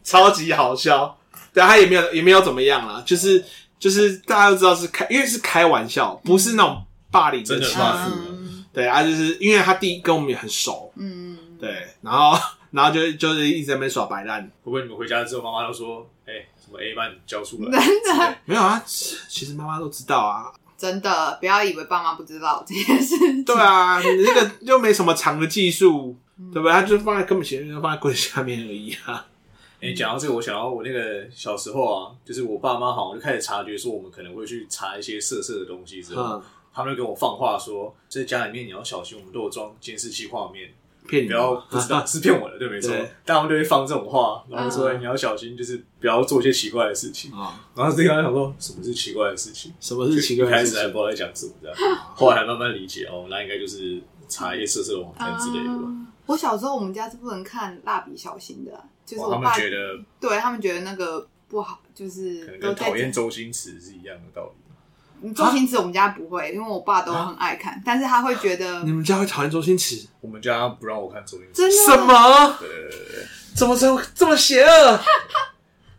超级好笑。但他也没有也没有怎么样啦，就是就是大家都知道是开，因为是开玩笑，不是那种霸凌
真的
欺
霸
负。
凌
嗯
对啊，就是因为他弟跟我们也很熟，
嗯，
对，然后然后就就是一直在那边耍白烂，
会不会你们回家之后，妈妈就说：“哎，什么 A 班交出
(laughs)
来？”
真的
没有啊，其实妈妈都知道啊，
真的不要以为爸妈不知道这件事，
对啊，你那个又没什么长的技术，对吧？他就放在根本前面，就放在柜子下面而已啊。
(laughs) 哎、讲到这个，我想到我那个小时候啊，就是我爸妈好像就开始察觉说我们可能会去查一些色色的东西之后，
嗯，
他们就跟我放话说，这家里面你要小心，我们都有装监视器画面，
骗你
不要
啊
不知道是骗我的，对没错
对。
但他们就会放这种话，然后说、
嗯
哎你要小心，就是不要做一些奇怪的事情。
(laughs) 啊！
然后这个人想说什么是奇怪的事情，
什么是奇怪
就一开
的
始还
事情？
不知道在讲什么这样，后来慢慢理解哦，那应该就是查一些色色的网站之类的吧。
啊我小时候我们家是不能看《蜡笔小新》的，啊就是
哦哇，他
我
们
爸
觉得
对他们觉得那个不好，就
可
是
能
都
跟
在
讨厌
讲。
周星驰是一样的道理。
嗯周星驰我们家不会，因为我爸都很爱看，但是他会觉得
你们家会讨厌周星驰？
我们家不让我看周星驰，
真的
什么？
对对对对对
怎么这么这么邪恶？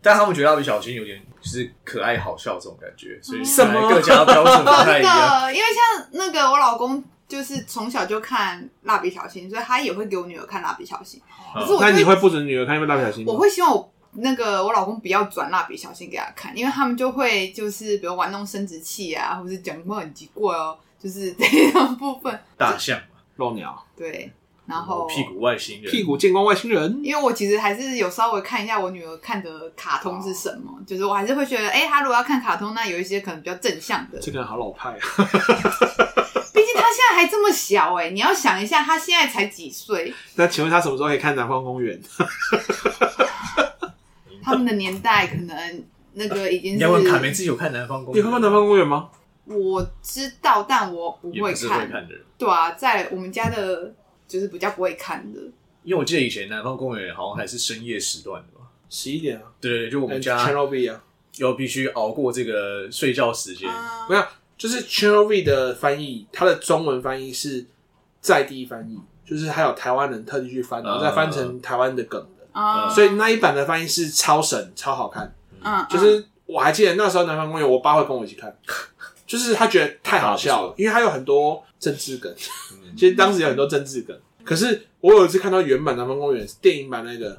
但他们觉得蜡笔小新有点就是可爱好笑这种感觉，所以
什么
可能各家标准不太
嗯真
一样。
的，因为像那个我老公就是从小就看《蜡笔小新》，所以他也会给我女儿看《蜡笔小新》。
哦
可是我
那
就
你会不准女儿看《蜡笔小新》吗？
我会希望我那个我老公不要转蜡笔小新给他看，因为他们就会就是比如玩弄生殖器啊，或者是讲话很奇怪哦，就是这种部分。
大象嘛，
露鸟，
对，然后
屁股外星人，
屁股见光外星人。
因为我其实还是有稍微看一下我女儿看的卡通是什么，就是我还是会觉得，哎、她如果要看卡通，那有一些可能比较正向的。
这个人好老派啊！ (laughs)
毕竟她现在还这么小、哎，你要想一下，她现在才几岁，
那请问他什么时候可以看《南方公园》？
他们的年代可能那个已经
你
是
要问卡梅自己有看南方公
你
园？
会看《南方公园》吗？
我知道，但我不
也
会
不是会
看。
看的人，
对啊，在我们家的，就是比较不会看的。
因为我记得以前南方公园好像还是深夜时段的嘛。
十一点啊，
对对对，就我
我
们
c h a n
家
n e V 啊，
要必须熬过这个睡觉时间。
啊
没有，就是 Channel V 的翻译，它的中文翻译是在地翻译，就是还有台湾人特地去翻，然后再翻成台湾的梗的，
啊，
呃所以那一版的翻译是超神、超好看。
嗯，嗯
就是我还记得那时候《南方公园》，我爸会跟我一起看，就是他觉得太好笑了，因为他有很多政治梗，其实当时有很多政治梗。可是我有一次看到原版《南方公园》电影版那个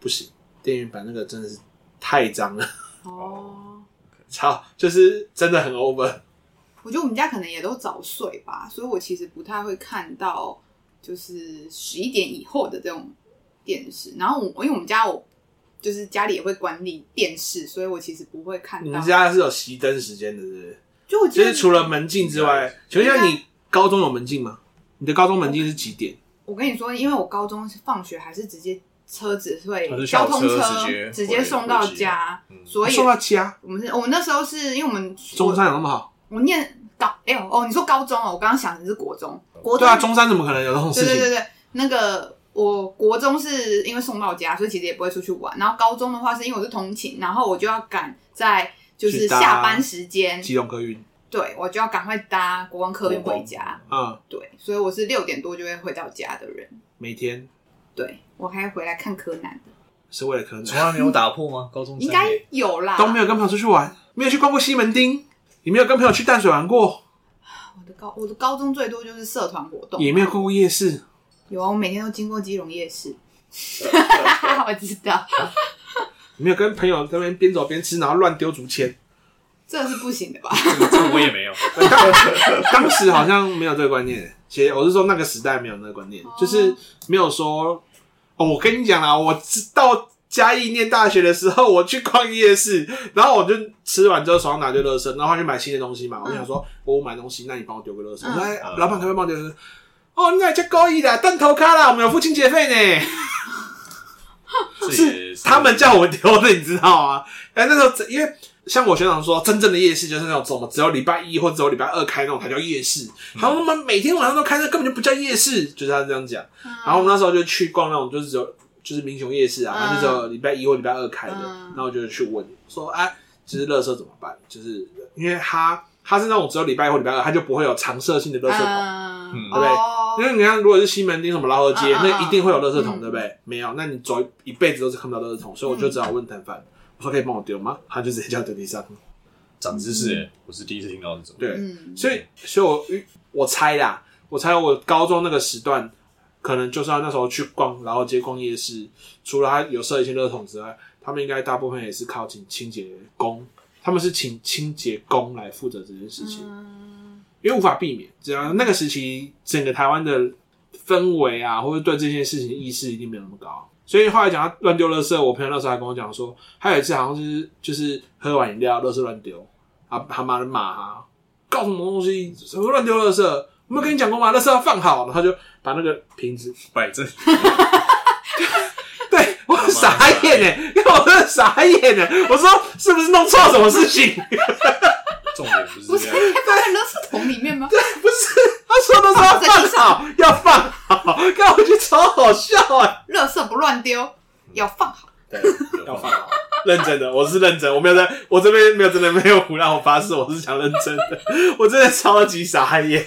不行，电影版那个真的是太脏了，
哦，
操，就是真的很 over。
我觉得我们家可能也都早睡吧，所以我其实不太会看到就是十一点以后的这种电视。然后我因为我们家我就是家里也会管理电视，所以我其实不会看
你
到
们。家是有熄灯时间的，是不是？
就我
就
觉得
是除了门禁之外，请问一下，你高中有门禁吗？你的高中门禁是几点？
我跟你说，因为我高中是放学还是直接车子会
还是校
交通
车直接
直接送到家
嗯
回回，家
所以
送到家，
我们是我们那时候是因为我们
中山有那么好？
我我念高哎呦哦，你说高中哦，我刚刚想的是国中，国中
对啊，中山怎么可能有这种
对
事
对对
情？
对，那个我国中是因为送到家，所以其实也不会出去玩。然后高中的话是因为我是通勤，然后我就要赶在就是
去搭
下班时间，
基隆客运，
对我就要赶快搭国光客运回家。
嗯，
对，所以我是六点多就会回到家的人。
每天
对我还回来看柯南的，
是为了可能
从来没有打
(laughs)
破吗？高中
应
生
该
欸
有啦。
都没有跟朋友出去玩，没有去逛过西门町，也没有跟朋友去淡水玩过，
我的高我的高中最多就是社团活动，啊
也没有逛过夜市。
有啊，我每天都经过基隆夜
(laughs)
市。我知道，
也没有跟朋友在那边边走边吃，然后乱丢竹签。
这是不行的吧？
这 (laughs) 个这个我也没有。
当时好像没有这个观念，其实我是说那个时代没有那个观念，就是没有说哦，我跟你讲啦，我知道嘉义念大学的时候，我去逛夜市，然后我就吃完之后手上拿堆垃圾，然后去买新的东西嘛，我就想说哦我买东西，那你帮我丢个垃圾，
嗯
我说哎，老板可不可以帮我丢个垃圾？哦，那叫高一啦，蛋头咖啦，我们有付清洁费呢。
这也
是他们叫我丢的，你知道吗？哎，那时候因为像我学长说，真正的夜市就是那种什么只有礼拜一或只有礼拜二开那种才叫夜市，他说他们每天晚上都开，那根本就不叫夜市，就是他这样讲。
嗯
然后我们那时候就去逛那种就是只有就是民雄夜市啊，
嗯
它就只有礼拜一或礼拜二开的，
嗯
然后我就去问说，哎、就是垃圾怎么办？就是因为它它是那种只有礼拜一或礼拜二，它就不会有常设性的垃圾桶。
嗯，
嗯
对不对
哦
因为你看，如果是西门町什么老河街，
嗯嗯
那一定会有垃圾桶，
嗯
对不对？没有，那你走一辈子都是看不到垃圾桶，所以我就只好问摊贩，我说可以帮我丢吗？他就直接叫我丢地上。
长知识欸，我是第一次听到这种。
对，
嗯，
所以，所以我我猜啦，我猜我高中那个时段，可能就算那时候去逛老河街、逛夜市，除了他有设一些垃圾桶之外，他们应该大部分也是靠请清洁工，他们是请清洁工来负责这件事情。
嗯
因为无法避免，只要那个时期整个台湾的氛围啊，或者对这件事情的意识一定没有那么高。所以后来讲到乱丢垃圾，我朋友那时候还跟我讲说，还有一次好像是就是喝完饮料，垃圾乱丢，啊，他妈的骂他，搞什么东西，什么乱丢垃圾，啊我没有跟你讲过吗？垃圾要放好，然后就把那个瓶子， (laughs)
摆正，
对我傻眼哎、因为我真的傻眼哎、我说是不是弄错什么事情？ (laughs)
重点不
不
是
是
这
应
样。
该放在垃圾桶里面吗？
不是，他说的是要放好，要放好， (laughs) 看我觉得超好笑哎、
垃圾不乱丢，要放好。
对，
要放
好， (laughs) 认真的，我是认真，我没有在，我这边没有真的没有胡乱，我发誓，我是想认真的， (laughs) 我真的超级傻眼。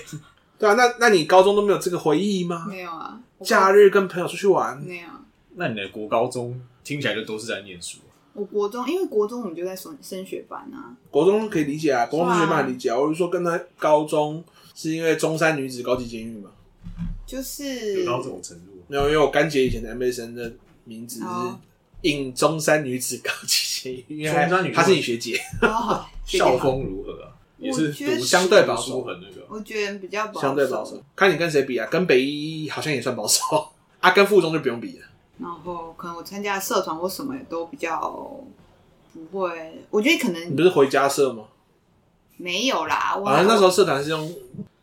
对啊，那那你高中都没有这个回忆吗？
没有啊，我
假日跟朋友出去玩，
没有啊。
那你的国高中听起来就都是在念书，啊
我国中，因为国中我们就在升升学班啊，
国中可以理解啊，国中同学蛮理解啊。我是说跟他高中是因为中山女子高级监狱嘛，
就是
有到这种程度。
没有，因为我干姐以前的 MSN 的名字是
哦
应中山女子高级监狱，因为她
中山女子
她是你学姐。
哦学姐
校风如何啊？也是
觉得
读
相对保守
书很那个。
我觉得比较保守
相对保守。，看你跟谁比啊？跟北一好像也算保守啊，跟附中就不用比了。
然后可能我参加的社团或什么也都比较不会，我觉得可
你
能
不是回家社吗？
没有啦。我
好像那时候社团是用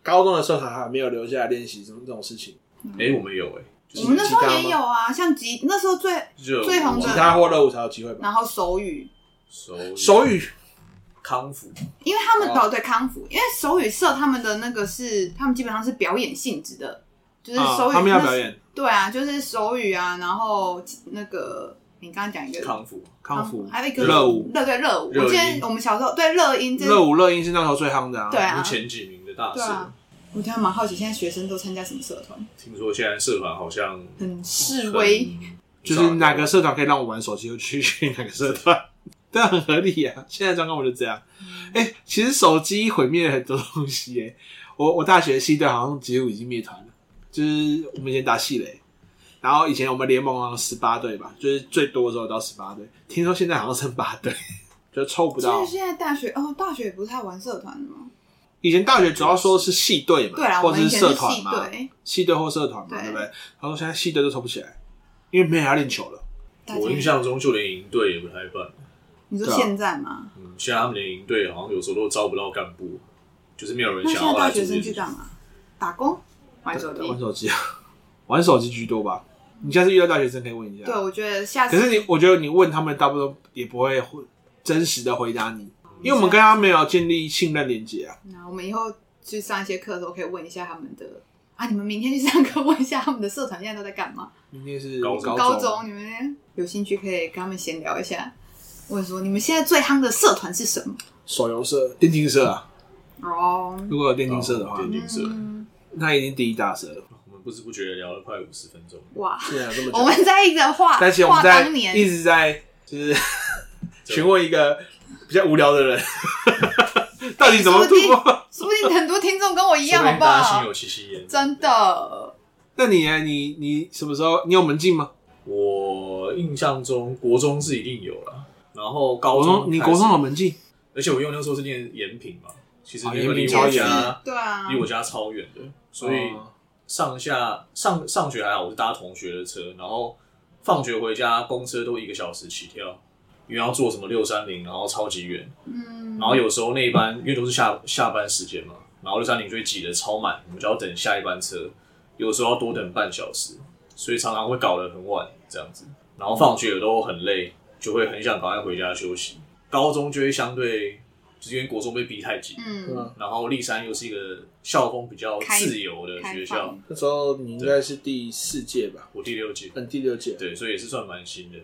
高中的社团还没有留下来练习这种这种事情，
嗯
哎，我们有哎，
我们那时候
吉他吗
也有啊，像吉那时候最，
热
嗯
舞
最红
吉
的
他或热舞才有机会吧。
然后手语，
手
手语
康复，
因为他们
哦
哦对康复，因为手语社他们的那个是他们基本上是表演性质的，就是嗯手
啊
语、
他们要表演
对啊，就是手语啊，然后那个你刚刚讲一个
康复，
康复、
还有一个嗯
热舞、
热对热舞。
热音
我记得我们小时候对热音这
热舞、热音是那时候最夯的啊。
对啊
前几名的大
对啊
师，
我突然蛮好奇，现在学生都参加什么社团？
听说现在社团好像
很
哦
示威，
就是哪个社团可以让我玩手机，就去去哪个社团， (laughs) 这样很合理啊。现在状况我就这样。
嗯
哎、其实手机毁灭了很多东西、欸。我我大学系队好像几乎已经灭团了，就是我们以前打系垒，然后以前我们联盟好像十八队吧，就是最多的时候到十八队，听说现在好像剩八队，就凑不
其
到
实。现在大学哦，大学也不是太玩社团的嘛。
以前大学主要说是系队嘛，
对啊啦，我
嗯或
们
者
以前
社
是
团
系
嘛，
队，
系队或社团嘛，
对
对不对？然后现在系队都抽不起来，因为没人要练球了。
大
我印
家
象中就连营队也不太办。
你说
对啊
现在吗？
嗯，现在他们连营队好像有时候都招不到干部，就是没有人
啊
那现
想
在
要来
大
做
学
这
生
件
去
事情。
干嘛？打工、玩手机。
玩手机啊，玩手机居多吧。你下次遇到大学生可以问一下
对，。
啊
我觉得下次
可是你，我觉得你问他们，大部分也不会回真实的回答你，
嗯
因为我们跟他没有建立信任连接啊。
那我们以后去上一些课的时候，可以问一下他们的啊，你们明天去上课，问一下他们的社团现在都在干嘛？
明天是
高中
中，
高中你们有兴趣可以跟他们闲聊一下，问说你们现在最夯的社团是什么？
手游社、电竞社啊，
哦，
如果有电竞社的话，
嗯哦电竞社
嗯，
那已经第一大社了。
我们不知不觉聊了快五十分钟，
哇，
对啊，这么
我们在一直画
但其实我
画
们在
当
一
年，
直在就是
(laughs)
询问一个比较无聊的人，到底怎么
哎说不
突
定
破？
说不定很多听众跟我一
说
样，
不
好
定
不
大家心
好
有？戚戚焉。
真的，
那你呢？你你什么时候？你有门禁吗？
我印象中国中是一定有了，然后高
国中，
中
你
开始
国中有，门禁？
而且我用那时候是念延平嘛，其实
哦
那
延
个
平
离
超
我
远
家
对啊
离，我家超远的，所以
哦
上下上上学还好，我是搭同学的车，然后放学回家公车都一个小时起跳，因为要坐什么六三零，然后超级远，
嗯
然，后有时候那一班因为都是下下班时间嘛，然后六三零就会挤得超满，我们就要等下一班车，有时候要多等半小时，所以常常会搞得很晚这样子。然后放学也都很累，就会很想赶快回家休息。高中就会相对，就是因为国中被逼太紧，
对
嗯，
啊
然后立山又是一个校风比较
开
自由的学
开
校
放，
那时候你应该是第四届吧？
我第六届，
嗯，第六届。
对，所以也是算蛮新的。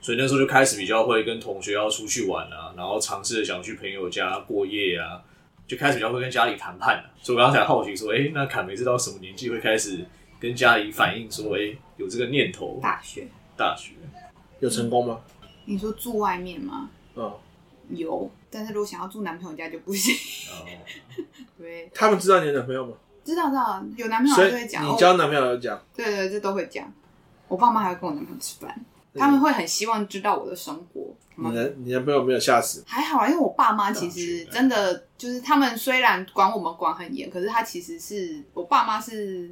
所以那时候就开始比较会跟同学要出去玩啊，然后尝试着想去朋友家过夜啊，就开始比较会跟家里谈判、啊、所以我刚才好奇说，哎、那凯梅是到什么年纪会开始跟家里反映说，哎、有这个念头？
大学，
大学
有成功吗？
你说住外面吗？
嗯，
有，但是如果想要住男朋友家就不行，
然后
嗯对。
他们知道你的男朋友吗？
知道知道，有男朋友
所以
就会讲，
你
哦
交男朋友有讲，
对对，这都会讲。我爸妈还会跟我男朋友吃饭，他们会很希望知道我的生活。
你的嗯你男朋友没有吓死？
还好啊，因为我爸妈其实
大学
真的就是他们虽然管我们管很严，可是他其实是我爸妈是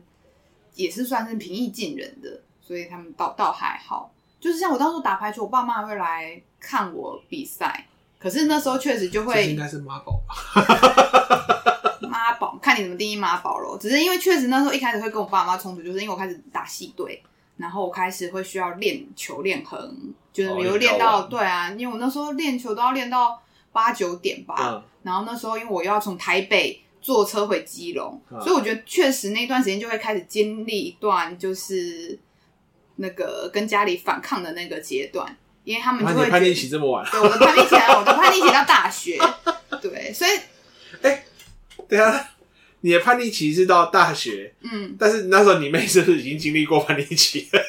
也是算是平易近人的，所以他们倒倒还好。就是像我当初打排球，我爸妈会来看我比赛，可是那时候确实就
这应
会
该是妈宝吧？
妈宝，看你怎么定义妈宝咯。只是因为确实那时候一开始会跟我爸妈冲突，就是因为我开始打戏队，然后我开始会需要练球练横，就是
哦
有
练
练
到
到、
晚
对啊，因为我那时候练球都要练到八九点吧。
嗯，
然后那时候因为我又要从台北坐车回基隆，
嗯
所以我觉得确实那段时间就会开始经历一段就是那个跟家里反抗的那个阶段，因为他们
那
就会
啊你
觉
叛逆
得。
期这么晚？ (laughs)
对，我的叛逆期来了，我的叛逆期到大学，对，所以，
对啊，你的叛逆期是到大学，
嗯，
但是那时候你妹是不是已经经历过叛逆期 (laughs) 了？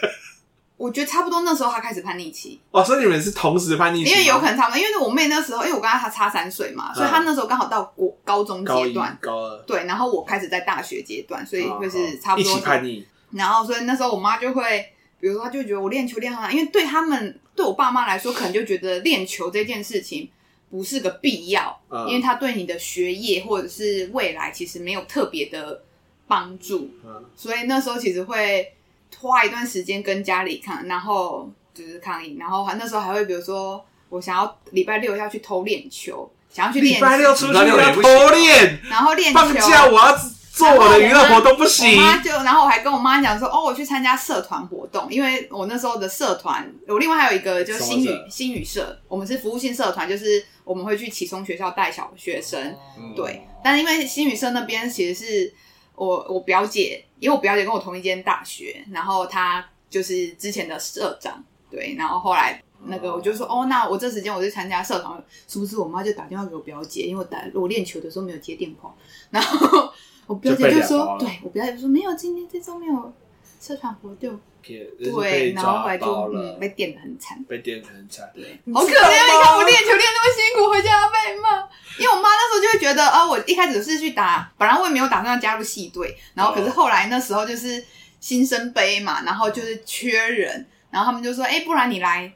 我觉得差不多那时候她开始叛逆期，
哦，所以你们是同时叛逆期吗，嗯
因为有可能差不多，因为我妹那时候，因为我跟她她差三岁嘛，所以她那时候刚好到国高中
高
阶
一
段，
高二，
对，然后我开始在大学阶段，所以会是
哦
差不
一
多
起。叛逆，
然后所以那时候我妈就会，比如说她就觉得我练球练很好，因为对他们对我爸妈来说，可能就觉得练球这件事情不是个必要，
嗯
因为它对你的学业或者是未来其实没有特别的帮助。
嗯
所以那时候其实会花一段时间跟家里抗，然后就是抗议，然后还那时候还会比如说我想要礼拜六要去偷练球，想要去练
礼拜六出去
礼拜六也
要
不
偷
行
练，
然后练球，
放假我要做我的娱乐活动不行
我。妈就，然后我还跟我妈讲说，哦，我去参加社团活动，因为我那时候的社团，我另外还有一个就是
什么
新语
社
新语社，我们是服务性社团，就是我们会去启聪学校带小学生，
嗯
对，但因为新宇社那边其实是我我表姐，因为我表姐跟我同一间大学，然后她就是之前的社长，对，然后后来那个我就说，哦，那我这时间我就参加社团，殊不知我妈就打电话给我表姐，因为我打我练球的时候没有接电话，然后我表
就
姐
被
就
两包
说
了，
对我表姐就说没有，今天这周没有社团活动，
也就是
对，
被
然后
抓
回来就
包
嗯
了，
被电的很惨。
被电得很惨。
好可怜，啊你看我练球练那么辛苦，回家要被骂。因为我妈那时候就会觉得，啊，我一开始是去打，本来我也没有打算要加入系队，然后可是后来那时候就是新生杯嘛，然后就是缺人，然后他们就说，哎、不然你来，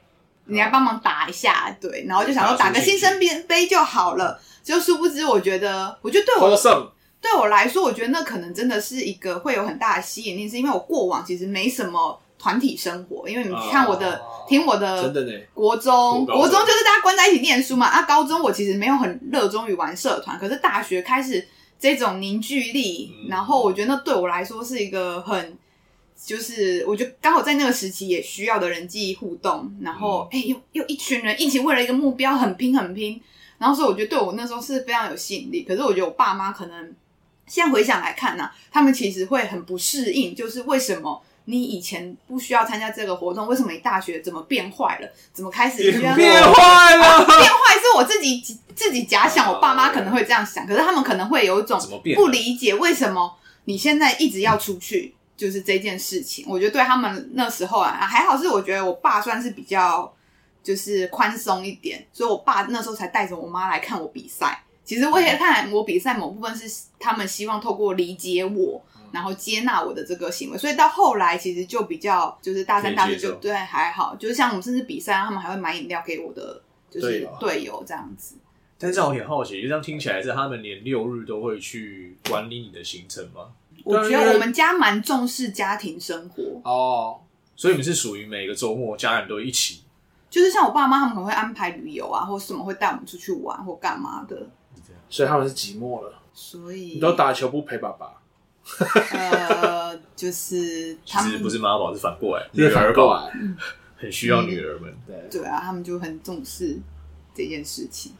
你来帮忙打一下，对，然后就想说哦打个新生杯杯就好了。就殊不知，我觉得，我觉得对我
获胜，
对我来说，我觉得那可能真的是一个会有很大的吸引力，是因为我过往其实没什么团体生活，因为你看我的、
哦
听我的
真的呢，
国中，
国高中
国中就是大家关在一起念书嘛。啊，高中我其实没有很热衷于玩社团，可是大学开始这种凝聚力，
嗯
然后我觉得那对我来说是一个很，就是我觉得刚好在那个时期也需要的人际互动，然后
嗯
哎、又又一群人一起为了一个目标很拼很拼，然后所以我觉得对我那时候是非常有吸引力。可是我觉得我爸妈可能现在回想来看呢、他们其实会很不适应，就是为什么你以前不需要参加这个活动，为什么你大学怎么变坏了，怎么开始觉得
变坏了，
变坏是我自己自己假想，我爸妈可能会这样想，可是他们可能会有一种
怎么变
不理解为什么你现在一直要出去，就是这件事情。我觉得对他们那时候啊，还好是我觉得我爸算是比较就是宽松一点，所以我爸那时候才带着我妈来看我比赛。其实我也看我比赛某部分是他们希望透过理解我，
嗯
然后接纳我的这个行为，所以到后来其实就比较就是大三大
可以
四
接
就
受
对还好，就是像我们甚至比赛，他们还会买饮料给我的就是
队友
队友这样子。
但是我很好奇，就这样听起来是他们连六日都会去管理你的行程吗？
我觉
对因
得
为
我们家蛮重视家庭生活，
哦，
所以你们是属于每个周末家人都一起，
就是像我爸妈他们可能会安排旅游啊，或什么会带我们出去玩或干嘛的。
所以他们是寂寞了。
所以
你都打球不陪爸爸，
呃，就是
其
他
实
们
不是妈宝，是反过来，
因
女
为反
儿
过
宝
来，
很需要女儿们。
对，
对啊，他们就很重视这件事情，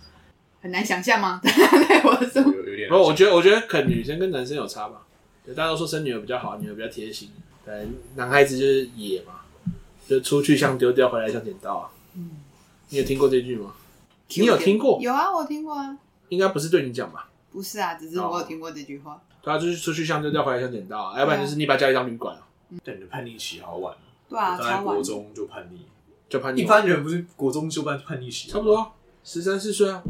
很难想象吗？ (laughs) 对我说，
有有点
不，我觉得我觉得可能女生跟男生有差吧。对大家都说生女儿比较好，女儿比较贴心。对，男孩子就是野嘛，就出去像丢掉，回来像捡到啊。你有听过这句吗？你有听过？
嗯有啊，我有听过啊。
应该不是对你讲吧？
不是啊，只是
哦
我有听过这句话。
对啊，就是出去像丢掉，回来像捡到啊，要不然就是你把家里当旅馆啊，
对你的叛逆期好晚，哦
对啊，
大概
超
国
晚。
中就叛逆，
就判你
一般人不是国中就叛叛逆期吗，
差不多十三四岁啊。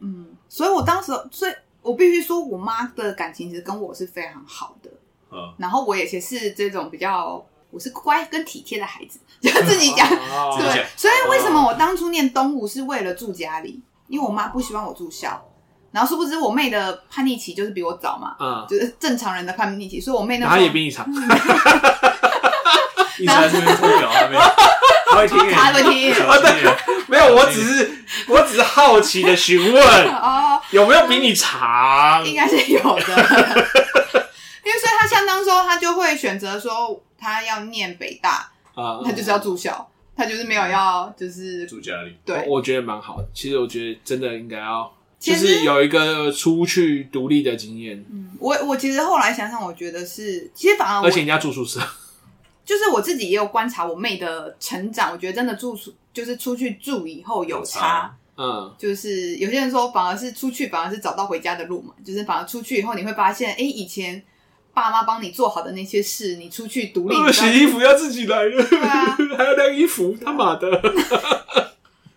嗯，所以我当时，所以我必须说，我妈的感情其实跟我是非常好的。
嗯。
然后我也其实是这种比较，我是乖跟体贴的孩子， (laughs) 就自己讲。
哦
自己
对
讲，
所以为什么我当初念东吴是为了住家里，因为我妈不希望我住校。然后殊不知我妹的叛逆期就是比我早嘛，
啊，
就是正常人的叛逆期，所以我妹那
打
时
也
候
比你长，
一直在这边偷表他们，他会听耶，欸
她会听
小心耶
(laughs) 没有，我只是我只是好奇的询
(laughs)
问
哦，
有没有比你长
应该是有的。 (laughs) 因为所以她相当说，她就会选择说她要念北大，
啊
她就是要住校，她就是没有要就是
住家里，
对，
我我觉得蛮好的。其实我觉得真的应该要，
其
就
实
是有一个出去独立的经验，
我我其实后来想想，我觉得是其实反而我
而且人家住宿舍，
就是我自己也有观察我妹的成长，我觉得真的住出就是出去住以后有差，
有差
嗯，
就是有些人说反而是出去反而是找到回家的路嘛，就是反而出去以后你会发现，哎、以前爸妈帮你做好的那些事，你出去独立，
那
呃
你
个
知道
洗衣服要自己来
(laughs)
了，
对啊，
还要晾衣服，他妈的，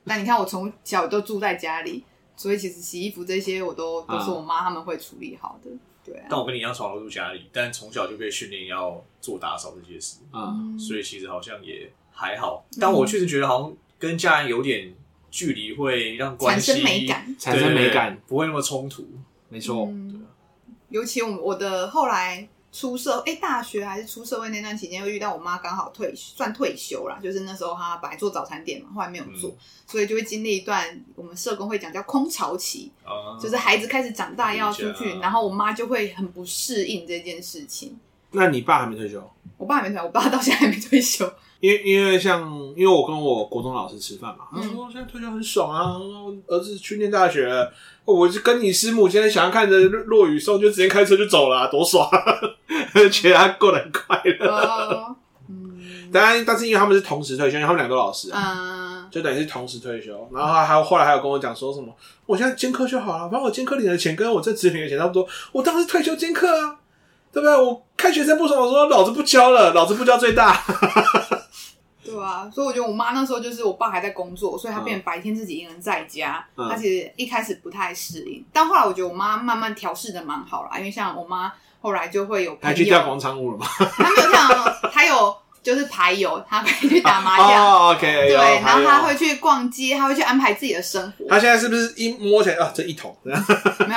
那你看我从小都住在家里，所以其实洗衣服这些我都都是
啊
我妈他们会处理好的，对啊，
但我跟你一样，从小都住家里，但从小就被训练要做打扫这些事，
啊，
所以其实好像也还好。
嗯
但我确实觉得好像跟家人有点距离，会让关系
产生美感
产生美感
对对对不会那么冲突。
没错，
嗯，尤其我我的后来出社哎、大学还是出社会那段期间，又遇到我妈刚好退算退休啦，就是那时候她本来做早餐店嘛，后来没有做，
嗯
所以就会经历一段我们社工会讲叫空巢期，
啊
就是孩子开始长大要出
理解
去，
啊
然后我妈就会很不适应这件事情。
那你爸还没退休？
我爸还没退，我爸到现在还没退休。
(laughs)
因为因为像因为我跟我国中老师吃饭嘛，他说现在退休很爽啊，我儿子去念大学了，我就跟你师母现在想要看着落雨送，就直接开车就走了啊、多爽、啊， (laughs) 觉得他过得很快乐。
哦，嗯
当然，但是因为他们是同时退休，因为他们两个都老师啊，
嗯
就等于是同时退休。然后他还后来还有跟我讲说什么，我现在兼课就好了，反正我兼课领的钱跟我这职领的钱差不多，我当时退休兼课啊，对不对？我看学生不爽，我说老子不教了，老子不教最大。
对啊，所以我觉得我妈那时候就是我爸还在工作，所以她变白天自己一个人在家，
嗯
她其实一开始不太适应，但后来我觉得我妈慢慢调试的蛮好啦，因为像我妈后来就会有朋
还
友，
去跳广场舞了吗？
她没有跳，她有就是排油，她可以去打麻将，
哦，OK，
对，
有
然后她。
还有
会去逛街，她会去安排自己的生活，
他现在是不是一摸起来啊，这一桶？
然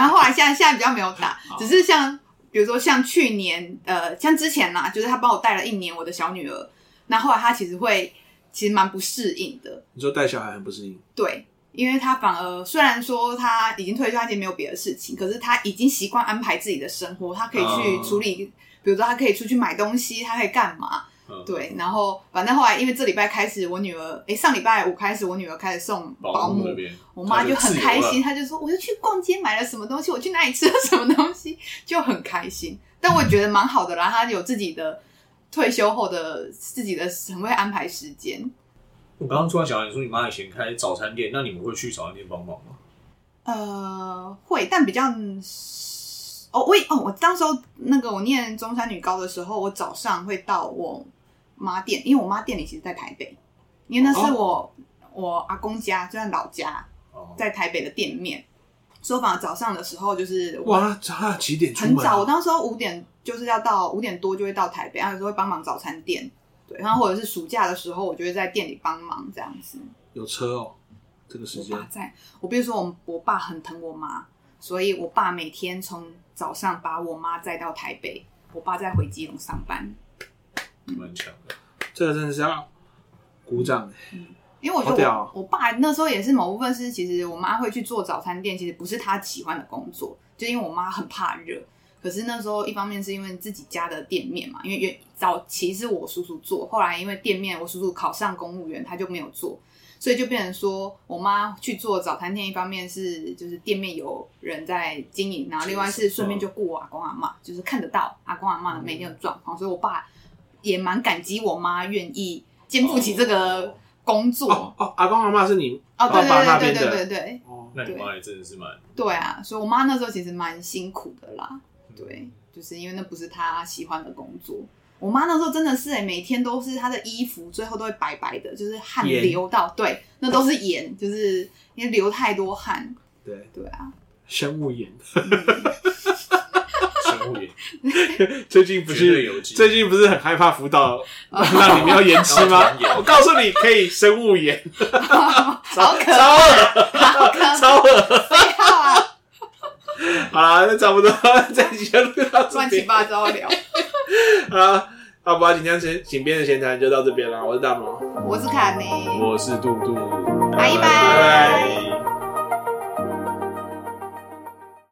后后来现在现在比较没有打，
哦
只是像比如说像去年呃，像之前呐、就是他帮我带了一年我的小女儿，那后来她其实会其实蛮不适应的，
你说带小孩很不适应，
对，因为她反而虽然说她已经退休，她已经没有别的事情，可是她已经习惯安排自己的生活，她可以
嗯
去处理，比如说她可以出去买东西，她可以干嘛
嗯。
对，然后反正后来因为这礼拜开始，我女儿哎诶，上礼拜五开始，我女儿开始送保
保
姆
姆那边，
我妈就很开心，她就说我又去逛街买了什么东西，我去哪里吃了什么东西，就很开心。但我觉得蛮好的啦，她有自己的退休后的自己的很会安排时间。
我刚刚突然想到，你说你妈以前开早餐店，那你们会去早餐店帮忙吗？
呃，会，但比较嗯哦，我也哦，我当时候那个我念中山女高的时候，我早上会到我妈店，因为我妈店里其实在台北，因为那是我、
哦
我阿公家，就在老家，
哦，
在台北的店面。所以反而早上的时候就是我
哇，他几点出
很
门啊？
早，我当时候五点就是要到五点多就会到台北，然后有时候会帮忙早餐店，对，然后或者是暑假的时候，我就会在店里帮忙这样子。
有车哦，这个时
我
间
爸在，我比如说我们我爸很疼我妈，所以我爸每天从早上把我妈载到台北，我爸再回基隆上班，
蛮强的。
这个真的是要鼓掌。
因为我
好
觉得
屌
我,、
哦
我爸那时候也是某部分是，其实我妈会去做早餐店，其实不是她喜欢的工作，就因为我妈很怕热。可是那时候一方面是因为自己家的店面嘛，因为原早期是我叔叔做，后来因为店面我叔叔考上公务员，他就没有做，所以就变成说我妈去做早餐店，一方面是就是店面有人在经营，然后另外是嗯顺便就顾我阿公阿妈，就是看得到阿公阿妈每天的状况，所以我爸也蛮感激我妈愿意肩负起这个工作。
哦哦，阿公阿妈是你
哦，对
爸爸那
对对
边的
对对对对
哦，
那你妈也真的是蛮
对啊！所以我妈那时候其实蛮辛苦的啦，
嗯
对，就是因为那不是她喜欢的工作。我妈那时候真的是、欸、每天都是她的衣服最后都会白白的，就是汗
盐
流到，对，那都是盐，就是因为流太多汗，嗯
对
对啊，
生物眼。
生物也
(laughs) 最近不
绝对
是
有机，
最近不是很害怕辅导
哦
让你们要延期
(laughs) 然
吗
后填？
我告诉你，可以生物盐，
(laughs) 好可
超恶，
好可
超恶。
怕
(laughs)
啊，
好啦，那差不多， (laughs) 这一集就录到这
乱七
边
八糟聊。
啊。好吧，今天先井边的闲谈就到这边啦。我是大毛，
我是卡尼，
我是杜杜，
拜
拜拜。